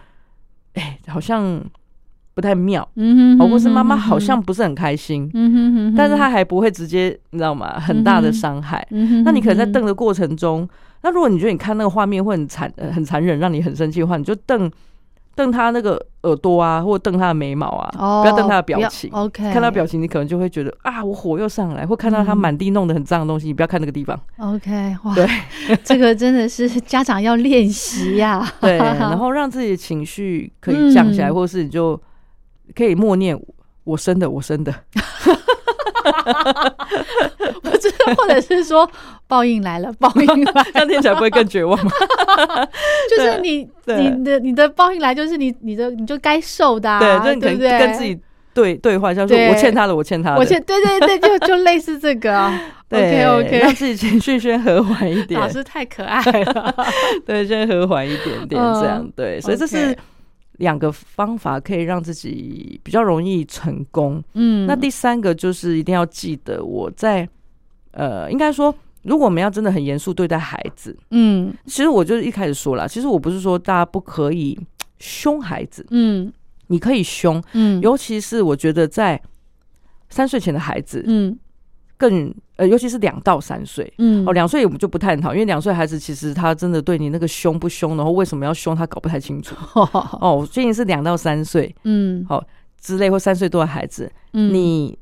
[SPEAKER 3] 哎，好像不太妙，
[SPEAKER 2] 嗯哼，
[SPEAKER 3] 哦，或是妈妈
[SPEAKER 2] 嗯哼
[SPEAKER 3] 好像不是很开心，
[SPEAKER 2] 嗯哼哼哼，
[SPEAKER 3] 但是他还不会直接，你知道吗？很大的伤害。
[SPEAKER 2] 嗯哼，
[SPEAKER 3] 那你可能在
[SPEAKER 2] 嗯哼
[SPEAKER 3] 瞪的过程中，那如果你觉得你看那个画面会很残、呃很残忍，让你很生气的话，你就瞪瞪他那个耳朵啊，或瞪他的眉毛啊，
[SPEAKER 2] 哦，
[SPEAKER 3] 不要瞪他的表情。
[SPEAKER 2] OK，
[SPEAKER 3] 看到表情，你可能就会觉得啊，我火又上来，或看到他
[SPEAKER 2] 嗯
[SPEAKER 3] 满地弄得很脏的东西，你不要看那个地 方。
[SPEAKER 2] OK，哇，
[SPEAKER 3] 对
[SPEAKER 2] 这个真的是家长要练习呀、
[SPEAKER 3] 对，然后让自己的情绪可以降下来，
[SPEAKER 2] 嗯
[SPEAKER 3] 或是你就可以默念我生的，我生的。
[SPEAKER 2] 或者是说报应来 了，报应来，
[SPEAKER 3] 这样听起来不会更绝望 吗？
[SPEAKER 2] 就是你
[SPEAKER 3] 对
[SPEAKER 2] 你的你的报应来，就是你你的你就该受的、啊，
[SPEAKER 3] 对，就你可
[SPEAKER 2] 对
[SPEAKER 3] 能
[SPEAKER 2] 不对？
[SPEAKER 3] 跟自己对对话一下，说
[SPEAKER 2] 对
[SPEAKER 3] 我欠他的，我欠他的，
[SPEAKER 2] 我现对对对，就就类似这个、啊。
[SPEAKER 3] 对
[SPEAKER 2] OK
[SPEAKER 3] 让
[SPEAKER 2] OK，
[SPEAKER 3] 自己情绪先和缓一点
[SPEAKER 2] 老，师太可 爱了。
[SPEAKER 3] 对，先和缓一点点这样
[SPEAKER 2] 嗯，
[SPEAKER 3] 对，所以这
[SPEAKER 2] OK
[SPEAKER 3] 是两个方法可以让自己比较容易成功。
[SPEAKER 2] 嗯，
[SPEAKER 3] 那第三个就是一定要记得，我在呃，应该说，如果我们要真的很严肃对待孩子，
[SPEAKER 2] 嗯
[SPEAKER 3] 其实我就是一开始说了，其实我不是说大家不可以凶孩子，
[SPEAKER 2] 嗯
[SPEAKER 3] 你可以凶，
[SPEAKER 2] 嗯
[SPEAKER 3] 尤其是我觉得在三岁前的孩子
[SPEAKER 2] 嗯
[SPEAKER 3] 更呃，尤其是两到三岁，
[SPEAKER 2] 嗯
[SPEAKER 3] 哦，两岁我们就不探讨，因为两岁孩子其实他真的对你那个凶不凶，然后为什么要凶，他搞不太清楚。
[SPEAKER 2] 哦
[SPEAKER 3] 哦，我建议是两到三岁
[SPEAKER 2] 嗯
[SPEAKER 3] 之类或三岁多的孩子，
[SPEAKER 2] 嗯
[SPEAKER 3] 你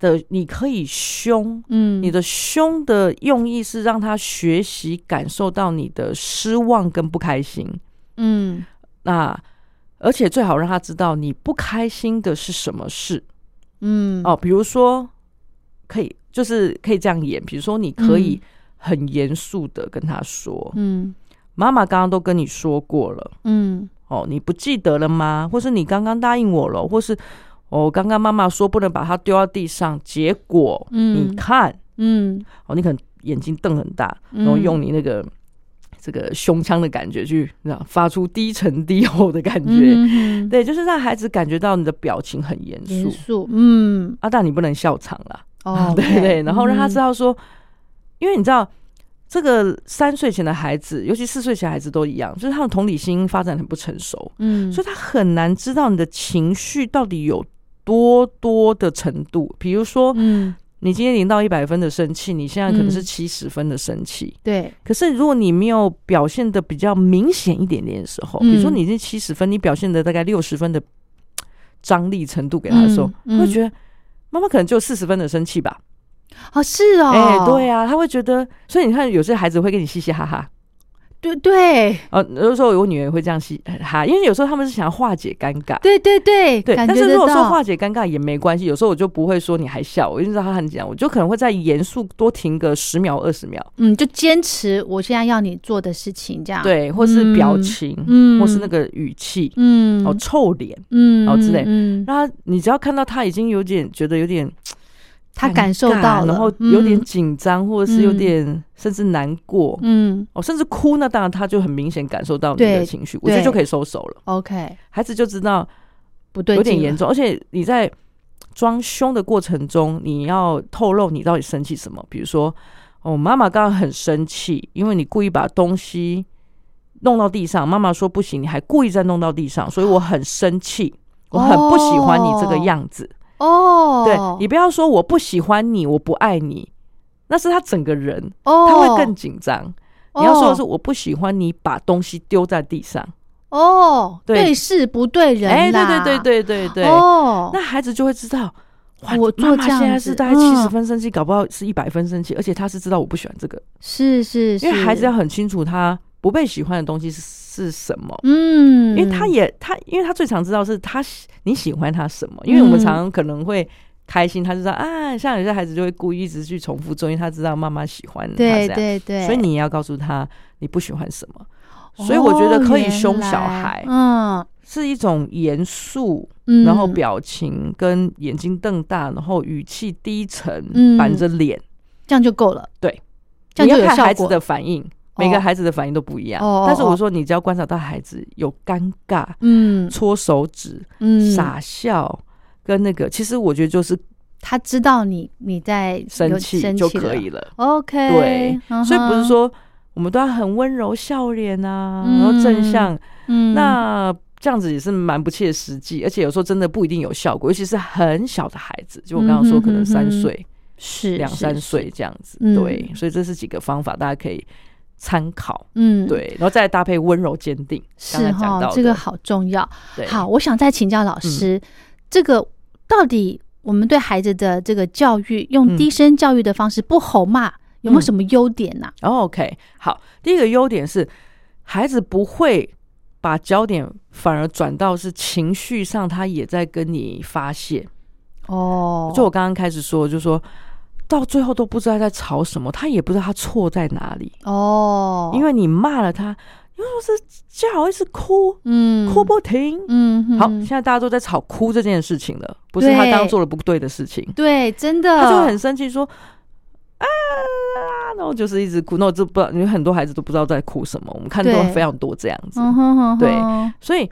[SPEAKER 3] 的你可以凶，
[SPEAKER 2] 嗯
[SPEAKER 3] 你的凶的用意是让他学习感受到你的失望跟不开心，
[SPEAKER 2] 嗯
[SPEAKER 3] 那而且最好让他知道你不开心的是什么事。
[SPEAKER 2] 嗯
[SPEAKER 3] 哦，比如说可以就是可以这样演，比如说你可以很严肃的跟他说，
[SPEAKER 2] 嗯
[SPEAKER 3] 妈妈刚刚都跟你说过了，
[SPEAKER 2] 嗯
[SPEAKER 3] 哦，你不记得了吗？或是你刚刚答应我了，或是哦，刚刚妈妈说不能把它丢到地上，结果、
[SPEAKER 2] 嗯
[SPEAKER 3] 你看
[SPEAKER 2] 嗯
[SPEAKER 3] 哦，你可能眼睛瞪很大，然后
[SPEAKER 2] 嗯
[SPEAKER 3] 用你那个。这个胸腔的感觉去，你知道发出低沉低吼的感觉，
[SPEAKER 2] 嗯，
[SPEAKER 3] 对，就是让孩子感觉到你的表情很严
[SPEAKER 2] 严
[SPEAKER 3] 肃
[SPEAKER 2] 肃，嗯
[SPEAKER 3] 啊，但你不能笑场啦，
[SPEAKER 2] 哦，
[SPEAKER 3] 啊对对，然后让他知
[SPEAKER 2] 道，
[SPEAKER 3] 道说，因为你知道，这个三岁前的孩子，尤其四岁前的孩子都一样，就是他们同理心发展很不成熟，
[SPEAKER 2] 嗯，
[SPEAKER 3] 所以他很难知道你的情绪到底有多多的程度。比如说，
[SPEAKER 2] 嗯，
[SPEAKER 3] 你今天零到一百分的生气，你现在可能是
[SPEAKER 2] 嗯
[SPEAKER 3] 七十分的生气。
[SPEAKER 2] 对，
[SPEAKER 3] 可是，如果你没有表现的比较明显一点点的时候，比如说
[SPEAKER 2] 嗯
[SPEAKER 3] 你已经七十分，你表现的大概六十分的张力程度给他的时候，
[SPEAKER 2] 嗯
[SPEAKER 3] 他
[SPEAKER 2] 嗯
[SPEAKER 3] 会觉得妈妈可能只有四十分的生气吧，
[SPEAKER 2] 哦，是哦，
[SPEAKER 3] 哎啊哎、对啊，他会觉得，所以你看，有些孩子会跟你嘻嘻哈哈，
[SPEAKER 2] 对对
[SPEAKER 3] 呃，有的时候我女儿也会这样嘻哈，因为有时候他们是想要化解尴尬。
[SPEAKER 2] 对对对，
[SPEAKER 3] 对，
[SPEAKER 2] 感
[SPEAKER 3] 但
[SPEAKER 2] 觉
[SPEAKER 3] 是
[SPEAKER 2] 得
[SPEAKER 3] 如果说
[SPEAKER 2] 到
[SPEAKER 3] 化解尴尬也没关系，有时候我就不会说你还笑，我就知道他很讲，我就可能会在严肃多停个十秒二十秒，
[SPEAKER 2] 嗯，就坚持我现在要你做的事情，这样，
[SPEAKER 3] 对，或是表情，
[SPEAKER 2] 啊嗯
[SPEAKER 3] 或是那个语气，
[SPEAKER 2] 嗯，
[SPEAKER 3] 哦，臭脸，
[SPEAKER 2] 嗯，
[SPEAKER 3] 哦之类
[SPEAKER 2] 嗯，嗯
[SPEAKER 3] 那你只要看到他已经有点觉得有点
[SPEAKER 2] 他
[SPEAKER 3] 尴
[SPEAKER 2] 感受
[SPEAKER 3] 尬
[SPEAKER 2] 到了，
[SPEAKER 3] 然后有点
[SPEAKER 2] 嗯
[SPEAKER 3] 紧张，或者是有
[SPEAKER 2] 嗯
[SPEAKER 3] 点甚至难过，
[SPEAKER 2] 嗯
[SPEAKER 3] 哦，甚至哭，那当然他就很明显感受到你
[SPEAKER 2] 对
[SPEAKER 3] 的情绪，我觉得
[SPEAKER 2] 对
[SPEAKER 3] 就可以收手了。
[SPEAKER 2] ，OK，
[SPEAKER 3] 孩子就知道
[SPEAKER 2] 不对，
[SPEAKER 3] 有点严，重，而且你在装凶的过程中，你要透露你到底生气什么，比如说，哦，妈妈刚刚很生气，因为你故意把东西弄到地上，妈妈说不行，你还故意再弄到地上，所以我很生 气。我很不喜欢你这个样子，
[SPEAKER 2] 哦，
[SPEAKER 3] 对你不要说我不喜欢你，我不爱你，那是他整个人，
[SPEAKER 2] 哦，
[SPEAKER 3] 他会更紧张。你要说的是
[SPEAKER 2] 哦
[SPEAKER 3] 我不喜欢你把东西丢在地上，
[SPEAKER 2] 哦，
[SPEAKER 3] 对
[SPEAKER 2] 对事不对人
[SPEAKER 3] 哎，对
[SPEAKER 2] 啦，
[SPEAKER 3] 对对对对对，
[SPEAKER 2] 哦，
[SPEAKER 3] 那孩子就会知道，哇
[SPEAKER 2] 我做
[SPEAKER 3] 妈妈
[SPEAKER 2] 这样
[SPEAKER 3] 现在
[SPEAKER 2] 子
[SPEAKER 3] 是大概七十
[SPEAKER 2] 嗯
[SPEAKER 3] 分生气，搞不好是一百分生气，而且他是知道我不喜欢这个，
[SPEAKER 2] 是是是，
[SPEAKER 3] 因为孩子要很清楚他不被喜欢的东西是是什么。
[SPEAKER 2] 嗯，
[SPEAKER 3] 因为他也他，因为他最常知道是他喜你喜欢他什么，因为我们常常可能会开心，他就知道啊，像有些孩子就会故意一直去重复做，因为他知道妈妈喜欢他这
[SPEAKER 2] 对
[SPEAKER 3] 样，
[SPEAKER 2] 对对，
[SPEAKER 3] 所以你也要告诉他你不喜欢什么。所以我觉得
[SPEAKER 2] 哦
[SPEAKER 3] 可以
[SPEAKER 2] 原
[SPEAKER 3] 凶小
[SPEAKER 2] 来
[SPEAKER 3] 孩，
[SPEAKER 2] 嗯
[SPEAKER 3] 是一种严肃，
[SPEAKER 2] 嗯，
[SPEAKER 3] 然后表情跟眼睛瞪大，然后语气低沉
[SPEAKER 2] 嗯，
[SPEAKER 3] 板着脸，
[SPEAKER 2] 这样就够了，
[SPEAKER 3] 对，
[SPEAKER 2] 这
[SPEAKER 3] 你
[SPEAKER 2] 样就
[SPEAKER 3] 要
[SPEAKER 2] 有
[SPEAKER 3] 看
[SPEAKER 2] 效
[SPEAKER 3] 孩子
[SPEAKER 2] 果哦
[SPEAKER 3] 的，反应，每个孩子的反应都不一样
[SPEAKER 2] 哦哦。
[SPEAKER 3] 但是
[SPEAKER 2] 哦
[SPEAKER 3] 我说，你只要观察到孩子有尴尬、
[SPEAKER 2] 嗯
[SPEAKER 3] 搓手指、
[SPEAKER 2] 嗯，
[SPEAKER 3] 傻笑，跟那个，其实我觉得就是
[SPEAKER 2] 他知道你你在
[SPEAKER 3] 生
[SPEAKER 2] 有
[SPEAKER 3] 气
[SPEAKER 2] 生
[SPEAKER 3] 就
[SPEAKER 2] 气
[SPEAKER 3] 可
[SPEAKER 2] 了
[SPEAKER 3] 以了。
[SPEAKER 2] OK，
[SPEAKER 3] 对，
[SPEAKER 2] 嗯
[SPEAKER 3] 所以不是
[SPEAKER 2] 哼，
[SPEAKER 3] 说我们都要很温柔笑脸啊，然后正向，
[SPEAKER 2] 嗯，
[SPEAKER 3] 那这样子也是蛮不切实际，而且有时候真的不一定有效果，尤其是很小的孩子，就我刚刚说
[SPEAKER 2] 嗯哼
[SPEAKER 3] 可能
[SPEAKER 2] 嗯
[SPEAKER 3] 三
[SPEAKER 2] 哼
[SPEAKER 3] 岁。
[SPEAKER 2] 是
[SPEAKER 3] 两
[SPEAKER 2] 是
[SPEAKER 3] 三
[SPEAKER 2] 是
[SPEAKER 3] 岁这样子，
[SPEAKER 2] 嗯
[SPEAKER 3] 对，所以这是几个方法，大家可以参考，
[SPEAKER 2] 嗯，
[SPEAKER 3] 对，然后再搭配温柔坚定，刚
[SPEAKER 2] 是
[SPEAKER 3] 才讲
[SPEAKER 2] 哈
[SPEAKER 3] 到，
[SPEAKER 2] 这个
[SPEAKER 3] 的
[SPEAKER 2] 好重要。
[SPEAKER 3] 对，嗯
[SPEAKER 2] 好，，我想再请教老师，这个到底我们对孩子的这个教育，用
[SPEAKER 3] 嗯
[SPEAKER 2] 低声教育的方式，不吼骂，有没有
[SPEAKER 3] 嗯
[SPEAKER 2] 什么优点呢？
[SPEAKER 3] 然后 OK，好，第一个优点是孩子不会把焦点反而转到是情绪上，他也在跟你发泄，
[SPEAKER 2] 哦，
[SPEAKER 3] 就我刚刚开始说，就说到最后都不知道在吵什么，他也不知道他错在哪里，
[SPEAKER 2] 哦，
[SPEAKER 3] 因为你骂了他，你又说是叫，一直哭，
[SPEAKER 2] 嗯，
[SPEAKER 3] 哭不停，
[SPEAKER 2] 嗯哼，
[SPEAKER 3] 好，现在大家都在吵哭这件事情了，不是他
[SPEAKER 2] 对
[SPEAKER 3] 刚做了不对的事情，
[SPEAKER 2] 对，真的，
[SPEAKER 3] 他就很生气说。啊，然后就是一直哭，那我就不知道，因为很多孩子都不知道在哭什么，我们看到
[SPEAKER 2] 对
[SPEAKER 3] 非常多这样子，
[SPEAKER 2] 嗯哼哼哼，
[SPEAKER 3] 对所以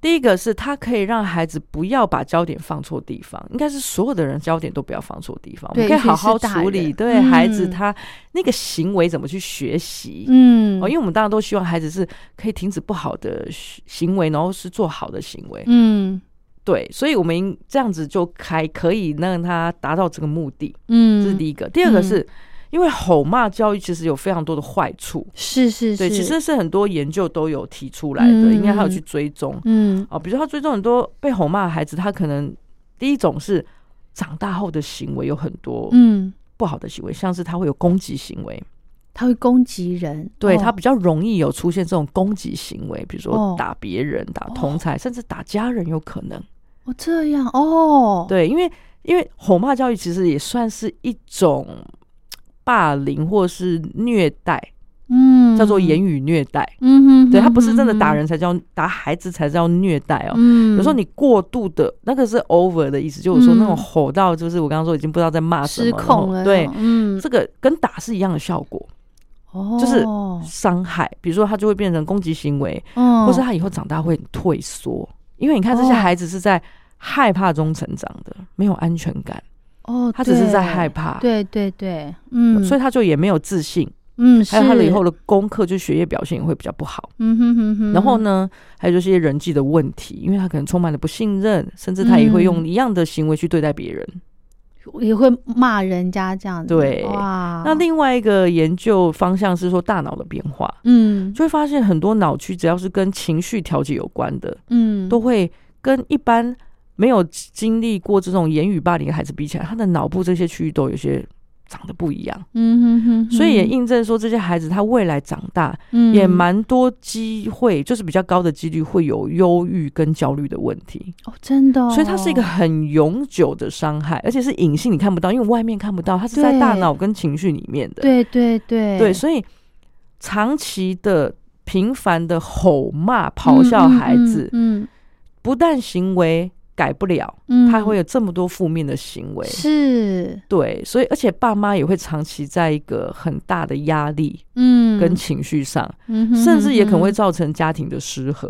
[SPEAKER 3] 第一个是他可以让孩子不要把焦点放错地方，应该是所有的人焦点都不要放错地方，我
[SPEAKER 2] 对
[SPEAKER 3] 们可以
[SPEAKER 2] 尤其
[SPEAKER 3] 好好
[SPEAKER 2] 是大
[SPEAKER 3] 处理
[SPEAKER 2] 人
[SPEAKER 3] 对孩子
[SPEAKER 2] 嗯
[SPEAKER 3] 他那个行为怎么去学习，
[SPEAKER 2] 嗯，
[SPEAKER 3] 哦，因为我们当然都希望孩子是可以停止不好的行行为，然后是做好的行为，
[SPEAKER 2] 嗯
[SPEAKER 3] 对，所以我们应这样子就还可以让他达到这个目的，这是
[SPEAKER 2] 嗯，
[SPEAKER 3] 第一个。第二个是、因为吼骂教育其实有非常多的坏处，
[SPEAKER 2] 是是嗯
[SPEAKER 3] 对，
[SPEAKER 2] 是，
[SPEAKER 3] 其实是很多研究都有提出来的，应该还有去追踪
[SPEAKER 2] 嗯
[SPEAKER 3] 哦，比如说他追踪很多被吼骂的孩子，他可能第一种是长大后的行为有很多
[SPEAKER 2] 嗯，
[SPEAKER 3] 不好的行为，像是他会有攻击行为，
[SPEAKER 2] 他会攻击人，
[SPEAKER 3] 对
[SPEAKER 2] 哦
[SPEAKER 3] 他比较容易有出现这种攻击行为，比如
[SPEAKER 2] 哦
[SPEAKER 3] 说打别人、打同才，甚至打家人有可能。
[SPEAKER 2] 哦这样哦，
[SPEAKER 3] 对，因为因为吼骂教育其实也算是一种霸凌或是虐待，
[SPEAKER 2] 嗯，
[SPEAKER 3] 叫做言语虐待。
[SPEAKER 2] 嗯哼，
[SPEAKER 3] 对，
[SPEAKER 2] 哼
[SPEAKER 3] 他不是真的打，
[SPEAKER 2] 哼
[SPEAKER 3] 人才叫打孩子才叫虐待哦。
[SPEAKER 2] 嗯，
[SPEAKER 3] 有时候你过度的那个是 over 的意思，就有时候那
[SPEAKER 2] 嗯
[SPEAKER 3] 种吼到就是我刚刚说已经不知道在骂什么，
[SPEAKER 2] 失
[SPEAKER 3] 然
[SPEAKER 2] 控
[SPEAKER 3] 后
[SPEAKER 2] 了，
[SPEAKER 3] 对，
[SPEAKER 2] 嗯，
[SPEAKER 3] 这个跟打是一样的效果，
[SPEAKER 2] 哦，
[SPEAKER 3] 就是伤害。比如说他就会变成攻击行为，
[SPEAKER 2] 嗯，
[SPEAKER 3] 或是他以后长大会退缩，因为你看这些
[SPEAKER 2] 哦
[SPEAKER 3] 孩子是在害怕中成长的，没有安全感。
[SPEAKER 2] 哦，
[SPEAKER 3] 他只是在害
[SPEAKER 2] 怕，
[SPEAKER 3] 怕，
[SPEAKER 2] 对对对，嗯，
[SPEAKER 3] 所
[SPEAKER 2] 以
[SPEAKER 3] 以他就也没有自信，
[SPEAKER 2] 嗯，
[SPEAKER 3] 还有他的
[SPEAKER 2] 是
[SPEAKER 3] 以后，的功课就学业表现也会比较不好。
[SPEAKER 2] 嗯哼哼哼，
[SPEAKER 3] 然后呢，还有就是一些人际的问题，因为他可能充满了不信任，甚至他也会用
[SPEAKER 2] 嗯
[SPEAKER 3] 一样的行为去对待别人。
[SPEAKER 2] 也会骂人家这样子，
[SPEAKER 3] 对
[SPEAKER 2] 哇，
[SPEAKER 3] 那另外一个研究方向是说大脑的变化，
[SPEAKER 2] 嗯
[SPEAKER 3] 就会发现很多脑区只要是跟情绪调节有关的，
[SPEAKER 2] 嗯
[SPEAKER 3] 都会跟一般没有经历过这种言语霸凌的孩子比起来，他的脑部这些区域都有些长得不一样，
[SPEAKER 2] 嗯哼哼哼，
[SPEAKER 3] 所以也印证说这些孩子他未来长大
[SPEAKER 2] 嗯
[SPEAKER 3] 也蛮多机会，就是比较高的几率会有忧郁跟焦虑的问题，
[SPEAKER 2] 哦，真的哦，
[SPEAKER 3] 所以它是一个很永久的伤害，而且是隐性你看不到，因为外面看不到，它是在
[SPEAKER 2] 对
[SPEAKER 3] 大脑跟情绪里面的。
[SPEAKER 2] 对对对
[SPEAKER 3] 对，所以长期的频繁的吼骂、咆哮孩子，
[SPEAKER 2] 嗯
[SPEAKER 3] 不但行为改不了，
[SPEAKER 2] 嗯，
[SPEAKER 3] 他会有这么多负面的行为。
[SPEAKER 2] 是
[SPEAKER 3] 对，所以而且爸妈也会长期在一个很大的压力
[SPEAKER 2] 嗯
[SPEAKER 3] 跟情绪上，
[SPEAKER 2] 嗯哼
[SPEAKER 3] 甚至也可能会
[SPEAKER 2] 哼
[SPEAKER 3] 造成家庭的失和。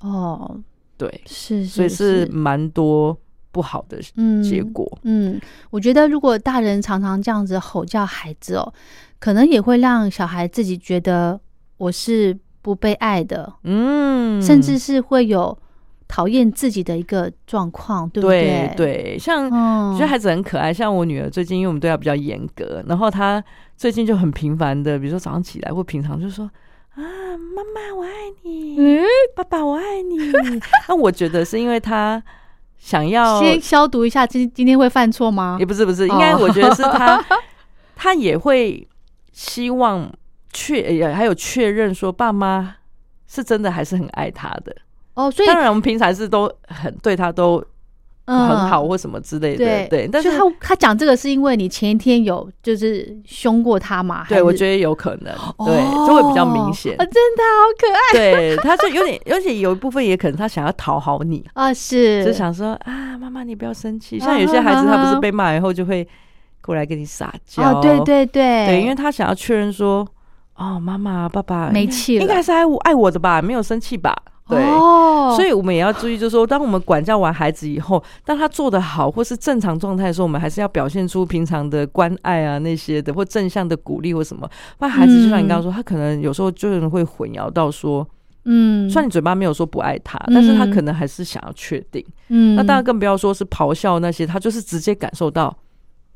[SPEAKER 2] 哼哦，
[SPEAKER 3] 对，
[SPEAKER 2] 是，
[SPEAKER 3] 所以是蛮多不好的
[SPEAKER 2] 嗯
[SPEAKER 3] 结果。
[SPEAKER 2] 嗯，我觉得如果大人常常这样子吼叫孩子哦，可能也会让小孩自己觉得我是不被爱的，
[SPEAKER 3] 嗯，
[SPEAKER 2] 甚至是会有讨厌自己的一个状况，对不
[SPEAKER 3] 对
[SPEAKER 2] 对，
[SPEAKER 3] 对，像
[SPEAKER 2] 嗯
[SPEAKER 3] 我觉得孩子很可爱，像我女儿最近，因为我们对她比较严格，然后她最近就很频繁的，比如说早上起来或平常就说啊，妈妈我爱你，
[SPEAKER 2] 嗯，
[SPEAKER 3] 爸爸我爱你。 那我觉得是因为她想要，
[SPEAKER 2] 先消毒一下，今今天会犯错吗
[SPEAKER 3] 嗯也？不是不是，
[SPEAKER 2] 哦
[SPEAKER 3] 应该我觉得是 她，她也会希望确也还有确认说爸妈是真的还是很爱她的。
[SPEAKER 2] 哦，所以
[SPEAKER 3] 当然，我们平常是都很对她都
[SPEAKER 2] 嗯
[SPEAKER 3] 很好或什么之类的，
[SPEAKER 2] 对
[SPEAKER 3] 对，但是
[SPEAKER 2] 所以。他他讲这个是因为你前一天有就是凶过他嘛？
[SPEAKER 3] 对，我觉
[SPEAKER 2] 得
[SPEAKER 3] 得有可能，对，就会比较明 显
[SPEAKER 2] 哦啊，。真的好可爱
[SPEAKER 3] 对，他就有点，而且有一部分也可能他想要讨好你，
[SPEAKER 2] 啊！是，
[SPEAKER 3] 就想说啊，妈妈你不要生气。
[SPEAKER 2] 啊
[SPEAKER 3] 像有些孩子，
[SPEAKER 2] 啊
[SPEAKER 3] 他
[SPEAKER 2] 啊
[SPEAKER 3] 不是被骂以后就会过来跟你撒娇，
[SPEAKER 2] 哦，对对对，
[SPEAKER 3] 对，因为他想要确认说，哦，妈妈爸爸
[SPEAKER 2] 没气了
[SPEAKER 3] 应该是爱我爱我的吧，没有生气吧？对。
[SPEAKER 2] 哦，
[SPEAKER 3] 所以我们也要注意，就是说，当我们管教完孩子以后，当他做得好或是正常状态的时候，我们还是要表现出平常的关爱啊那些的，或正向的鼓励或什么。不然孩子就像你刚刚说，他可能有时候就是会混淆到说，
[SPEAKER 2] 嗯，
[SPEAKER 3] 虽然你嘴巴没有说不爱他，
[SPEAKER 2] 嗯
[SPEAKER 3] 但是他可能还是想要确定。
[SPEAKER 2] 嗯，
[SPEAKER 3] 那当然更不要说是咆哮那些，他就是直接感受到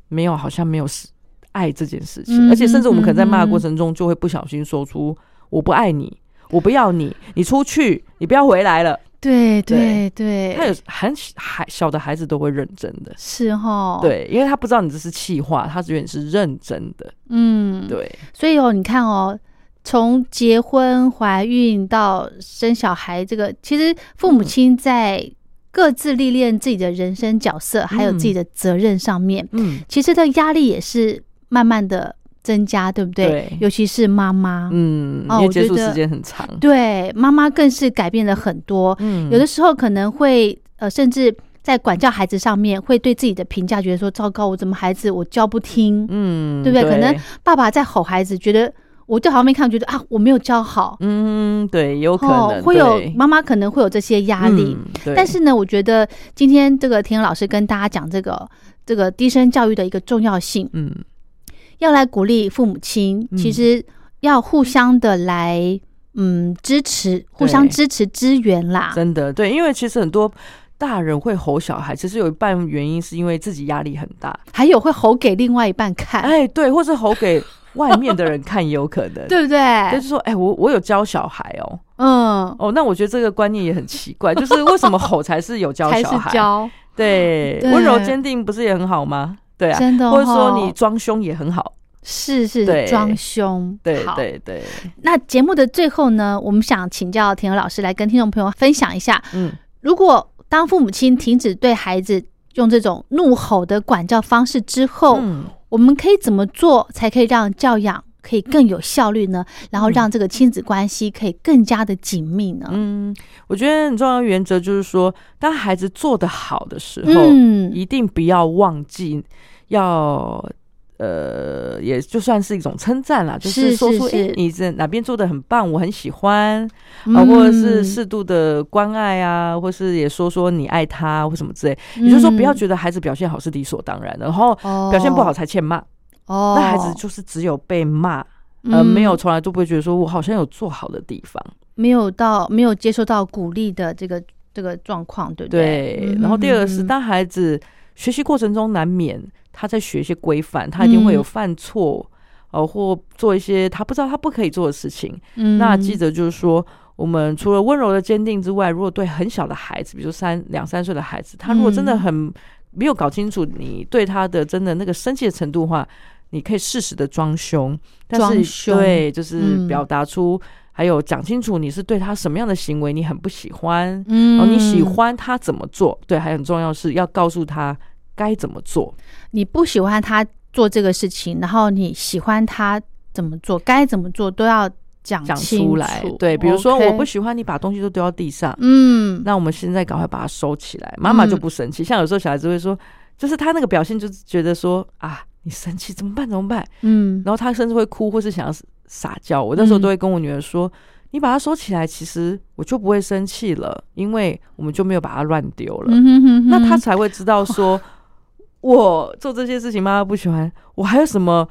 [SPEAKER 3] 没有，好像没有是爱这件事情，
[SPEAKER 2] 嗯
[SPEAKER 3] 而且甚至我们可能在骂的
[SPEAKER 2] 嗯
[SPEAKER 3] 过程中就会不小心说出“我不爱你”。我不要你，你出去，你不要回来了。
[SPEAKER 2] 对对对，
[SPEAKER 3] 他有很孩小的孩子都会认真的，
[SPEAKER 2] 是哦哈，，
[SPEAKER 3] 对，因为他不知道你这是气话，他永远是认真的，
[SPEAKER 2] 嗯，
[SPEAKER 3] 对，
[SPEAKER 2] 所以哦，你看哦。从结婚、怀孕到生小孩，这个其实父
[SPEAKER 3] 嗯
[SPEAKER 2] 母亲在各自历练自己的人生角色，还有自己的责任上面，
[SPEAKER 3] 嗯
[SPEAKER 2] 其实的压力也是慢慢的增加，对不对？
[SPEAKER 3] 对
[SPEAKER 2] 尤其是妈妈，
[SPEAKER 3] 嗯，
[SPEAKER 2] 哦
[SPEAKER 3] 因为接触
[SPEAKER 2] 我觉得
[SPEAKER 3] 时间很长，
[SPEAKER 2] 对妈妈更是改变了很多。
[SPEAKER 3] 嗯
[SPEAKER 2] 有的时候可能会呃，甚至在管教孩子上面，会对自己的评价觉得说：糟糕，我怎么孩子我教不听，
[SPEAKER 3] 嗯，
[SPEAKER 2] 对不对？可能爸爸在吼孩子，觉得我对旁边看觉得啊，我没有教好，
[SPEAKER 3] 嗯，对，有可
[SPEAKER 2] 哦
[SPEAKER 3] 能，
[SPEAKER 2] 会有
[SPEAKER 3] 对
[SPEAKER 2] 妈妈可能会有这些压力。
[SPEAKER 3] 嗯对
[SPEAKER 2] 但是呢，我觉得今天这个田老师跟大家讲这个这个低声教育的一个重要性，
[SPEAKER 3] 嗯，
[SPEAKER 2] 要来鼓励父母亲，
[SPEAKER 3] 嗯
[SPEAKER 2] 其实要互相的来嗯支持，互相支持支援啦。
[SPEAKER 3] 真的对，因为其实很多。大人会吼小孩，其实有一半原因是因为自己压力很大，
[SPEAKER 2] 还有会吼给另外一半看，
[SPEAKER 3] 哎，对，或是吼给外面的人 看也有可能，
[SPEAKER 2] 对不
[SPEAKER 3] 就
[SPEAKER 2] 对？
[SPEAKER 3] 是说，哎，我我有教小孩哦，
[SPEAKER 2] 嗯，
[SPEAKER 3] 哦，那我觉得这个观念也很奇怪，就是为什么吼才是有教
[SPEAKER 2] 才
[SPEAKER 3] 小
[SPEAKER 2] 是
[SPEAKER 3] 孩？
[SPEAKER 2] 教，
[SPEAKER 3] 对，
[SPEAKER 2] 对
[SPEAKER 3] 温柔坚定不是也很好吗？对啊，
[SPEAKER 2] 真的哦
[SPEAKER 3] 或者说你装凶也很好。
[SPEAKER 2] 是是
[SPEAKER 3] 对
[SPEAKER 2] 装凶。
[SPEAKER 3] 对
[SPEAKER 2] 好。
[SPEAKER 3] 对对，
[SPEAKER 2] 那节目的最后呢，我们想请教田老师来跟听众朋友分享一下，
[SPEAKER 3] 嗯
[SPEAKER 2] 如果当父母亲停止对孩子用这种怒吼的管教方式之后，
[SPEAKER 3] 嗯
[SPEAKER 2] 我们可以怎么做才可以让教养可以更有效率呢？然后让这个亲子关系可以更加的紧密呢？
[SPEAKER 3] 嗯，我觉得很重要的原则就是说，当孩子做得好的时候，
[SPEAKER 2] 嗯，
[SPEAKER 3] 一定不要忘记要。呃，也就算是一种称赞啦，就是说
[SPEAKER 2] 是
[SPEAKER 3] 出
[SPEAKER 2] 是
[SPEAKER 3] 诶你这哪边做的很棒，我很喜欢，啊，
[SPEAKER 2] 嗯
[SPEAKER 3] 或者是适度的关爱啊，或是也说说你爱他或什么之类。也就是说，不要觉得孩子表现好是理所当然的，然后
[SPEAKER 2] 哦
[SPEAKER 3] 表现不好才欠骂。
[SPEAKER 2] 哦，
[SPEAKER 3] 那孩子就是只有被骂，呃，
[SPEAKER 2] 嗯
[SPEAKER 3] 没有从来都不会觉得说我好像有做好的地方。
[SPEAKER 2] 没有到没有接受到鼓励的这个这个状况，对不
[SPEAKER 3] 对，然后第二个是，
[SPEAKER 2] 嗯
[SPEAKER 3] 当孩子学习过程中难免他在学一些规范，他一定会有
[SPEAKER 2] 嗯
[SPEAKER 3] 犯错，呃，或做一些他不知道他不可以做的事情。
[SPEAKER 2] 嗯
[SPEAKER 3] 那记得就是说，我们除了温柔的坚定之外，如果对很小的孩子，比如说三两三岁的孩子，他如果真的
[SPEAKER 2] 嗯
[SPEAKER 3] 很没有搞清楚你对他的真的那个生气的程度的话，你可以适时的装凶，但
[SPEAKER 2] 装
[SPEAKER 3] 是
[SPEAKER 2] 凶
[SPEAKER 3] 对，就是
[SPEAKER 2] 嗯
[SPEAKER 3] 表达出，还有讲清楚你是对他什么样的行为你很不喜欢，
[SPEAKER 2] 嗯
[SPEAKER 3] 然哦后你喜，欢他怎么做，对，还很重要是要告诉他该怎么做，
[SPEAKER 2] 你不喜欢他做这个事情，然后你喜欢他怎么做，该怎么做都要讲
[SPEAKER 3] 讲
[SPEAKER 2] 清
[SPEAKER 3] 出来
[SPEAKER 2] 楚。
[SPEAKER 3] 对，比如说
[SPEAKER 2] OK
[SPEAKER 3] 我不喜欢你把东西都丢到地上，
[SPEAKER 2] 嗯，
[SPEAKER 3] 那我们现在赶快把它收起来，妈妈就不生气。像有时候小孩子会说，就是他那个表现就是觉得说啊，你生气怎么办？怎么办？
[SPEAKER 2] 嗯，
[SPEAKER 3] 然后他甚至会哭，或是想要撒娇。我那时候都会跟我女儿说，你把它收起来，其实我就不会生气了，因为我们就没有把它乱丢了。
[SPEAKER 2] 嗯哼哼哼，
[SPEAKER 3] 那他才会知道 说，我做这些事情妈妈不喜欢，我还有什么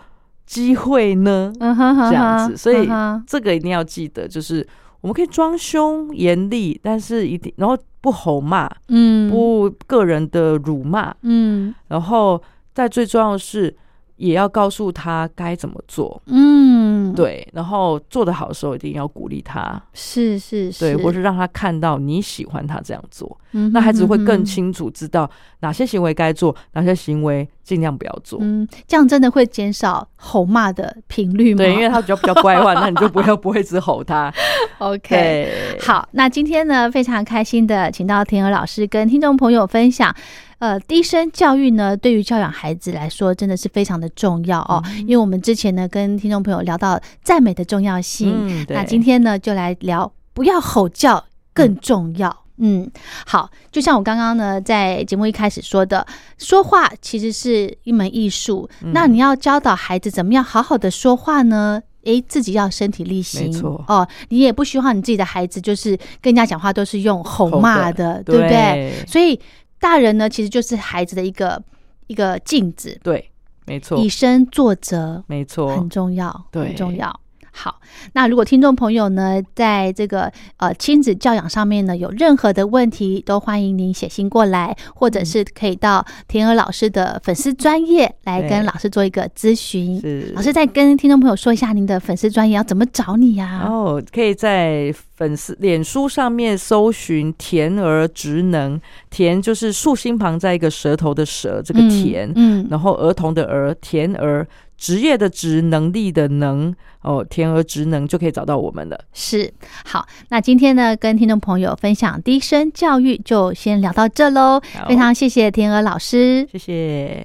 [SPEAKER 3] 机会呢？
[SPEAKER 2] 嗯哼哼
[SPEAKER 3] 这样
[SPEAKER 2] 哼
[SPEAKER 3] 子，所以
[SPEAKER 2] 嗯哼
[SPEAKER 3] 这个一定要记得，就是我们可以装凶严厉，但是一定然后不吼骂，
[SPEAKER 2] 嗯
[SPEAKER 3] 不个人的辱骂，
[SPEAKER 2] 嗯
[SPEAKER 3] 然后再最重要的是也要告诉他该怎么做，
[SPEAKER 2] 嗯，，
[SPEAKER 3] 对，然后做得好的时候一定要鼓励他，
[SPEAKER 2] 是是是，
[SPEAKER 3] 对，或是让他看到你喜欢他这样做，
[SPEAKER 2] 嗯哼
[SPEAKER 3] 那孩子会更
[SPEAKER 2] 哼
[SPEAKER 3] 清楚知道哪些行为该做，哪些行为尽量不要做。
[SPEAKER 2] 嗯，这样真的会减少吼骂的频率吗？
[SPEAKER 3] 对，因为他比较比较乖的话， 那你就不要不会一直吼他。
[SPEAKER 2] OK。
[SPEAKER 3] 对，
[SPEAKER 2] 好，那今天呢，非常开心的，请到田娥老师跟听众朋友分享，呃，低声教育呢，对于教养孩子来说，真的是非常的重要哦。
[SPEAKER 3] 嗯
[SPEAKER 2] 因为我们之前呢，跟听众朋友聊到赞美的重要性，
[SPEAKER 3] 嗯，
[SPEAKER 2] 那
[SPEAKER 3] 对
[SPEAKER 2] 今天呢，就来聊不要吼叫更重要。嗯，好，就像我刚刚呢在节目一开始说的，说话其实是一门艺术。
[SPEAKER 3] 嗯
[SPEAKER 2] 那你要教导孩子怎么样好好的说话呢？诶，自己要身体力行，
[SPEAKER 3] 没错
[SPEAKER 2] 哦，你也不希望你自己的孩子就是跟人家讲话都是用吼
[SPEAKER 3] 吼
[SPEAKER 2] 骂的，
[SPEAKER 3] 的
[SPEAKER 2] 对不对？
[SPEAKER 3] 对？
[SPEAKER 2] 所以大人呢，其实就是孩子的一个一个镜子，
[SPEAKER 3] 对，没错
[SPEAKER 2] 以，身作则，
[SPEAKER 3] 没错
[SPEAKER 2] 很，重要，
[SPEAKER 3] 对
[SPEAKER 2] 很重要。好，那如果听众朋友呢，在这个呃亲子教养上面呢，有任何的问题，都欢迎您写信过来，或者
[SPEAKER 3] 嗯
[SPEAKER 2] 是可以到田娥老师的粉丝专业来
[SPEAKER 3] 对
[SPEAKER 2] 跟老师做一个咨询。
[SPEAKER 3] 是
[SPEAKER 2] 老师再跟听众朋友说一下，您的粉丝专业要怎么找你呀、
[SPEAKER 3] 然后可以在粉丝呃脸书上面搜寻“甜儿职能”，甜就是竖心旁在一个舌头的舌，这
[SPEAKER 2] 这
[SPEAKER 3] 个甜，
[SPEAKER 2] 嗯，
[SPEAKER 3] 然后儿童的儿，甜儿。职业的职，能力的能，哦，甜儿职能就可以找到我们了。
[SPEAKER 2] 是好，那今天呢，跟听众朋友分享低声教育就先聊到这喽，
[SPEAKER 3] 好
[SPEAKER 2] 非常谢谢田娥老师，
[SPEAKER 3] 谢谢。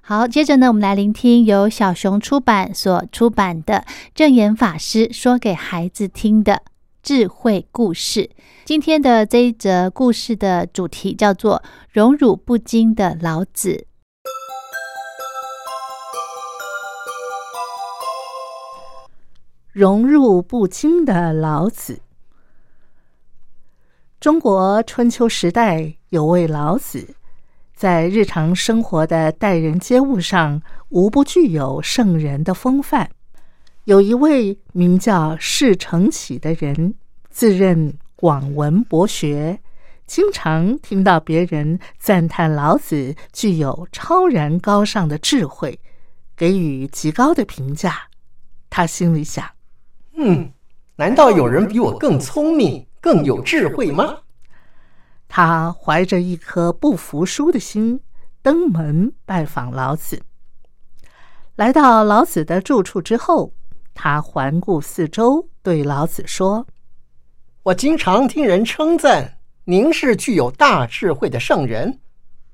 [SPEAKER 2] 好，接着呢，我们来聆听由小熊出版所出版的《正言法师说给孩子听的智慧故事》。今天的这一则故事的主题叫做“荣辱不惊的老子
[SPEAKER 4] 融入不惊的老子。中国春秋时代有位老子，在日常生活的待人接物上，无不具有圣人的风范。有一位名叫释承启的人，自认广闻博学，经常听到别人赞叹老子具有超然高尚的智慧，给予极高的评价。他心里想。
[SPEAKER 5] 嗯，难道有人比我更聪明、更有智慧吗？
[SPEAKER 4] 他怀着一颗不服输的心，登门拜访老子。来到老子的住处之后，他环顾四周，对老子说
[SPEAKER 5] 我经常听人称赞您是具有大智慧的圣人，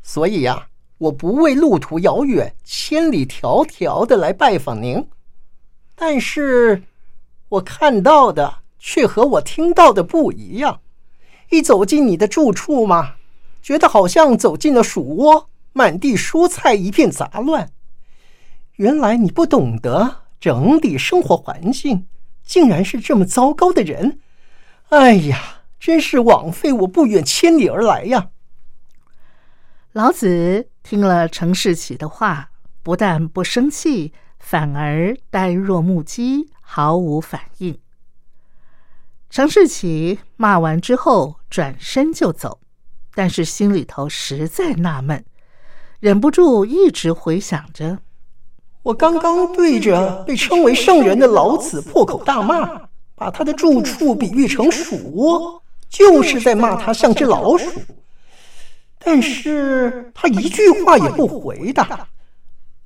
[SPEAKER 5] 所以呀、啊我不畏路途遥远、千里迢迢的来拜访您。但是，我看到的却和我听到的不一样。一走进你的住处嘛，觉得好像走进了鼠窝，满地蔬菜一片杂乱。原来你不懂得整理生活环境，竟然是这么糟糕的人。哎呀，真是枉费我不远千里而来呀！：“
[SPEAKER 4] 老子听了程世启的话，不但不生气，反而呆若木鸡，毫无反应。”程世启骂完之后，转身就走，但是心里头实在纳闷，忍不住一直回想着。
[SPEAKER 5] 我刚刚对着被称为圣人的老子破口大骂，把他的住处比喻成鼠窝，就是在骂他像只老鼠。但是他一句话也不回答，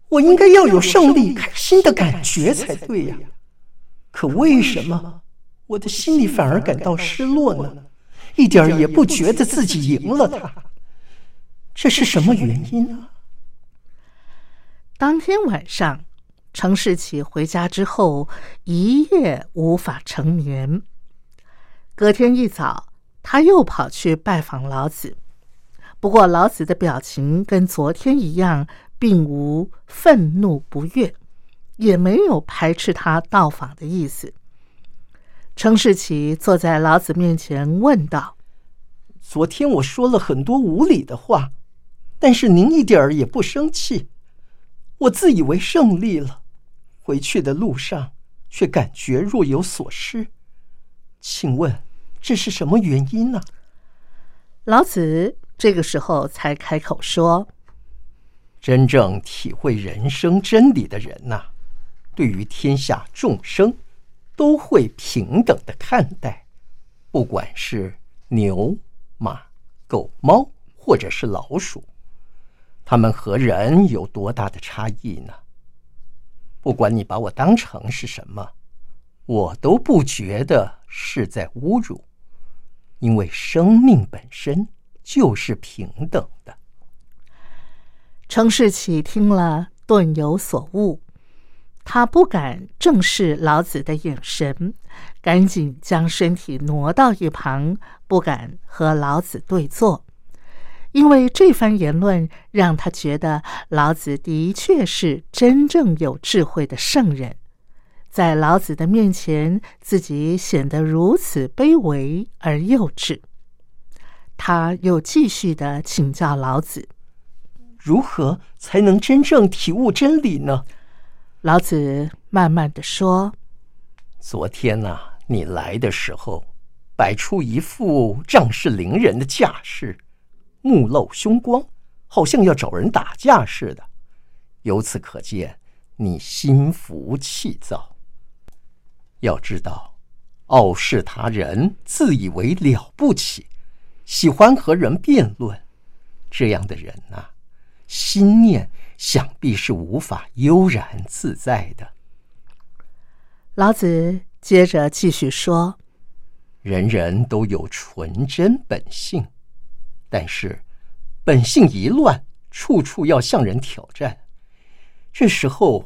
[SPEAKER 5] 我应该要有胜利、开心的感觉才对呀、可为什么我的心里反而感到失落呢？一点儿也不觉得自己赢了他，这是什么原因啊？
[SPEAKER 4] 当天晚上，程世奇回家之后一夜无法成眠。隔天一早，他又跑去拜访老子，不过老子的表情跟昨天一样，并无愤怒不悦，也没有排斥他到访的意思。程世奇坐在老子面前问道
[SPEAKER 5] 昨天我说了很多无理的话，但是您一点儿也不生气。我自以为胜利了，回去的路上却感觉若有所失。请问这是什么原因呢、：“
[SPEAKER 4] 老子这个时候才开口说，
[SPEAKER 5] 真正体会人生真理的人呐、对于天下众生都会平等的看待，不管是牛、马、狗、猫，或者是老鼠，它们和人有多大的差异呢？不管你把我当成是什么，我都不觉得是在侮辱，因为生命本身就是平等的。
[SPEAKER 4] 程世奇听了，顿有所悟。他不敢正视老子的眼神，赶紧将身体挪到一旁，不敢和老子对坐，因为这番言论让他觉得老子的确是真正有智慧的圣人。在老子的面前，自己显得如此卑微而幼稚。他又继续的请教老子。
[SPEAKER 5] 如何才能真正体悟真理呢？
[SPEAKER 4] 老子慢慢的说
[SPEAKER 5] 昨天呐、你来的时候，摆出一副仗势凌人的架势，目露凶光，好像要找人打架似的。由此可见，你心浮气躁。要知道，傲视他人，自以为了不起，喜欢和人辩论，这样的人呐、心念想必是无法悠然自在的。：“
[SPEAKER 4] 老子接着继续说，
[SPEAKER 5] 人人都有纯真本性，但是本性一乱，处处要向人挑战。这时候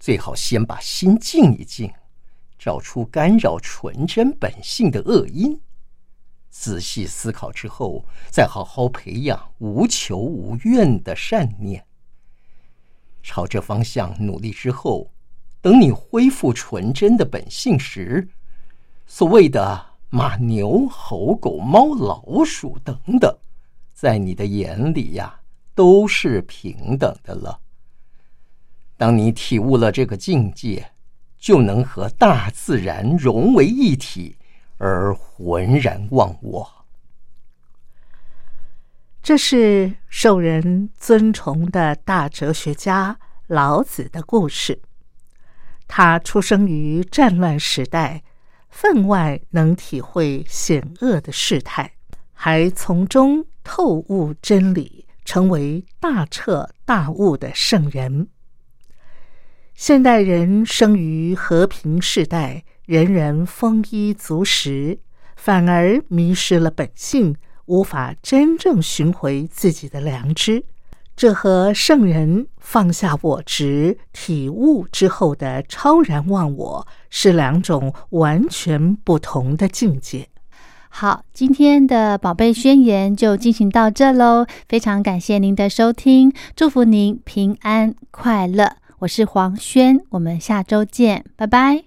[SPEAKER 5] 最好先把心静一静，找出干扰纯真本性的恶因，仔细思考之后，再好好培养无求无怨的善念。朝这方向努力之后，等你恢复纯真的本性时，所谓的马、牛、猴、狗、猫、老鼠等等，在你的眼里呀、都是平等的了。当你体悟了这个境界，就能和大自然融为一体，而浑然忘我。
[SPEAKER 4] 这是受人尊崇的大哲学家老子的故事。他出生于战乱时代，分外能体会险恶的事态，还从中透悟真理，成为大彻大悟的圣人。现代人生于和平世代，人人丰衣足食，反而迷失了本性，无法真正寻回自己的良知。这和圣人放下我执、体悟之后的超然忘我是两种完全不同的境界。
[SPEAKER 2] 好，今天的宝贝宣言就进行到这喽，非常感谢您的收听，祝福您平安快乐。我是黄轩，我们下周见，拜拜。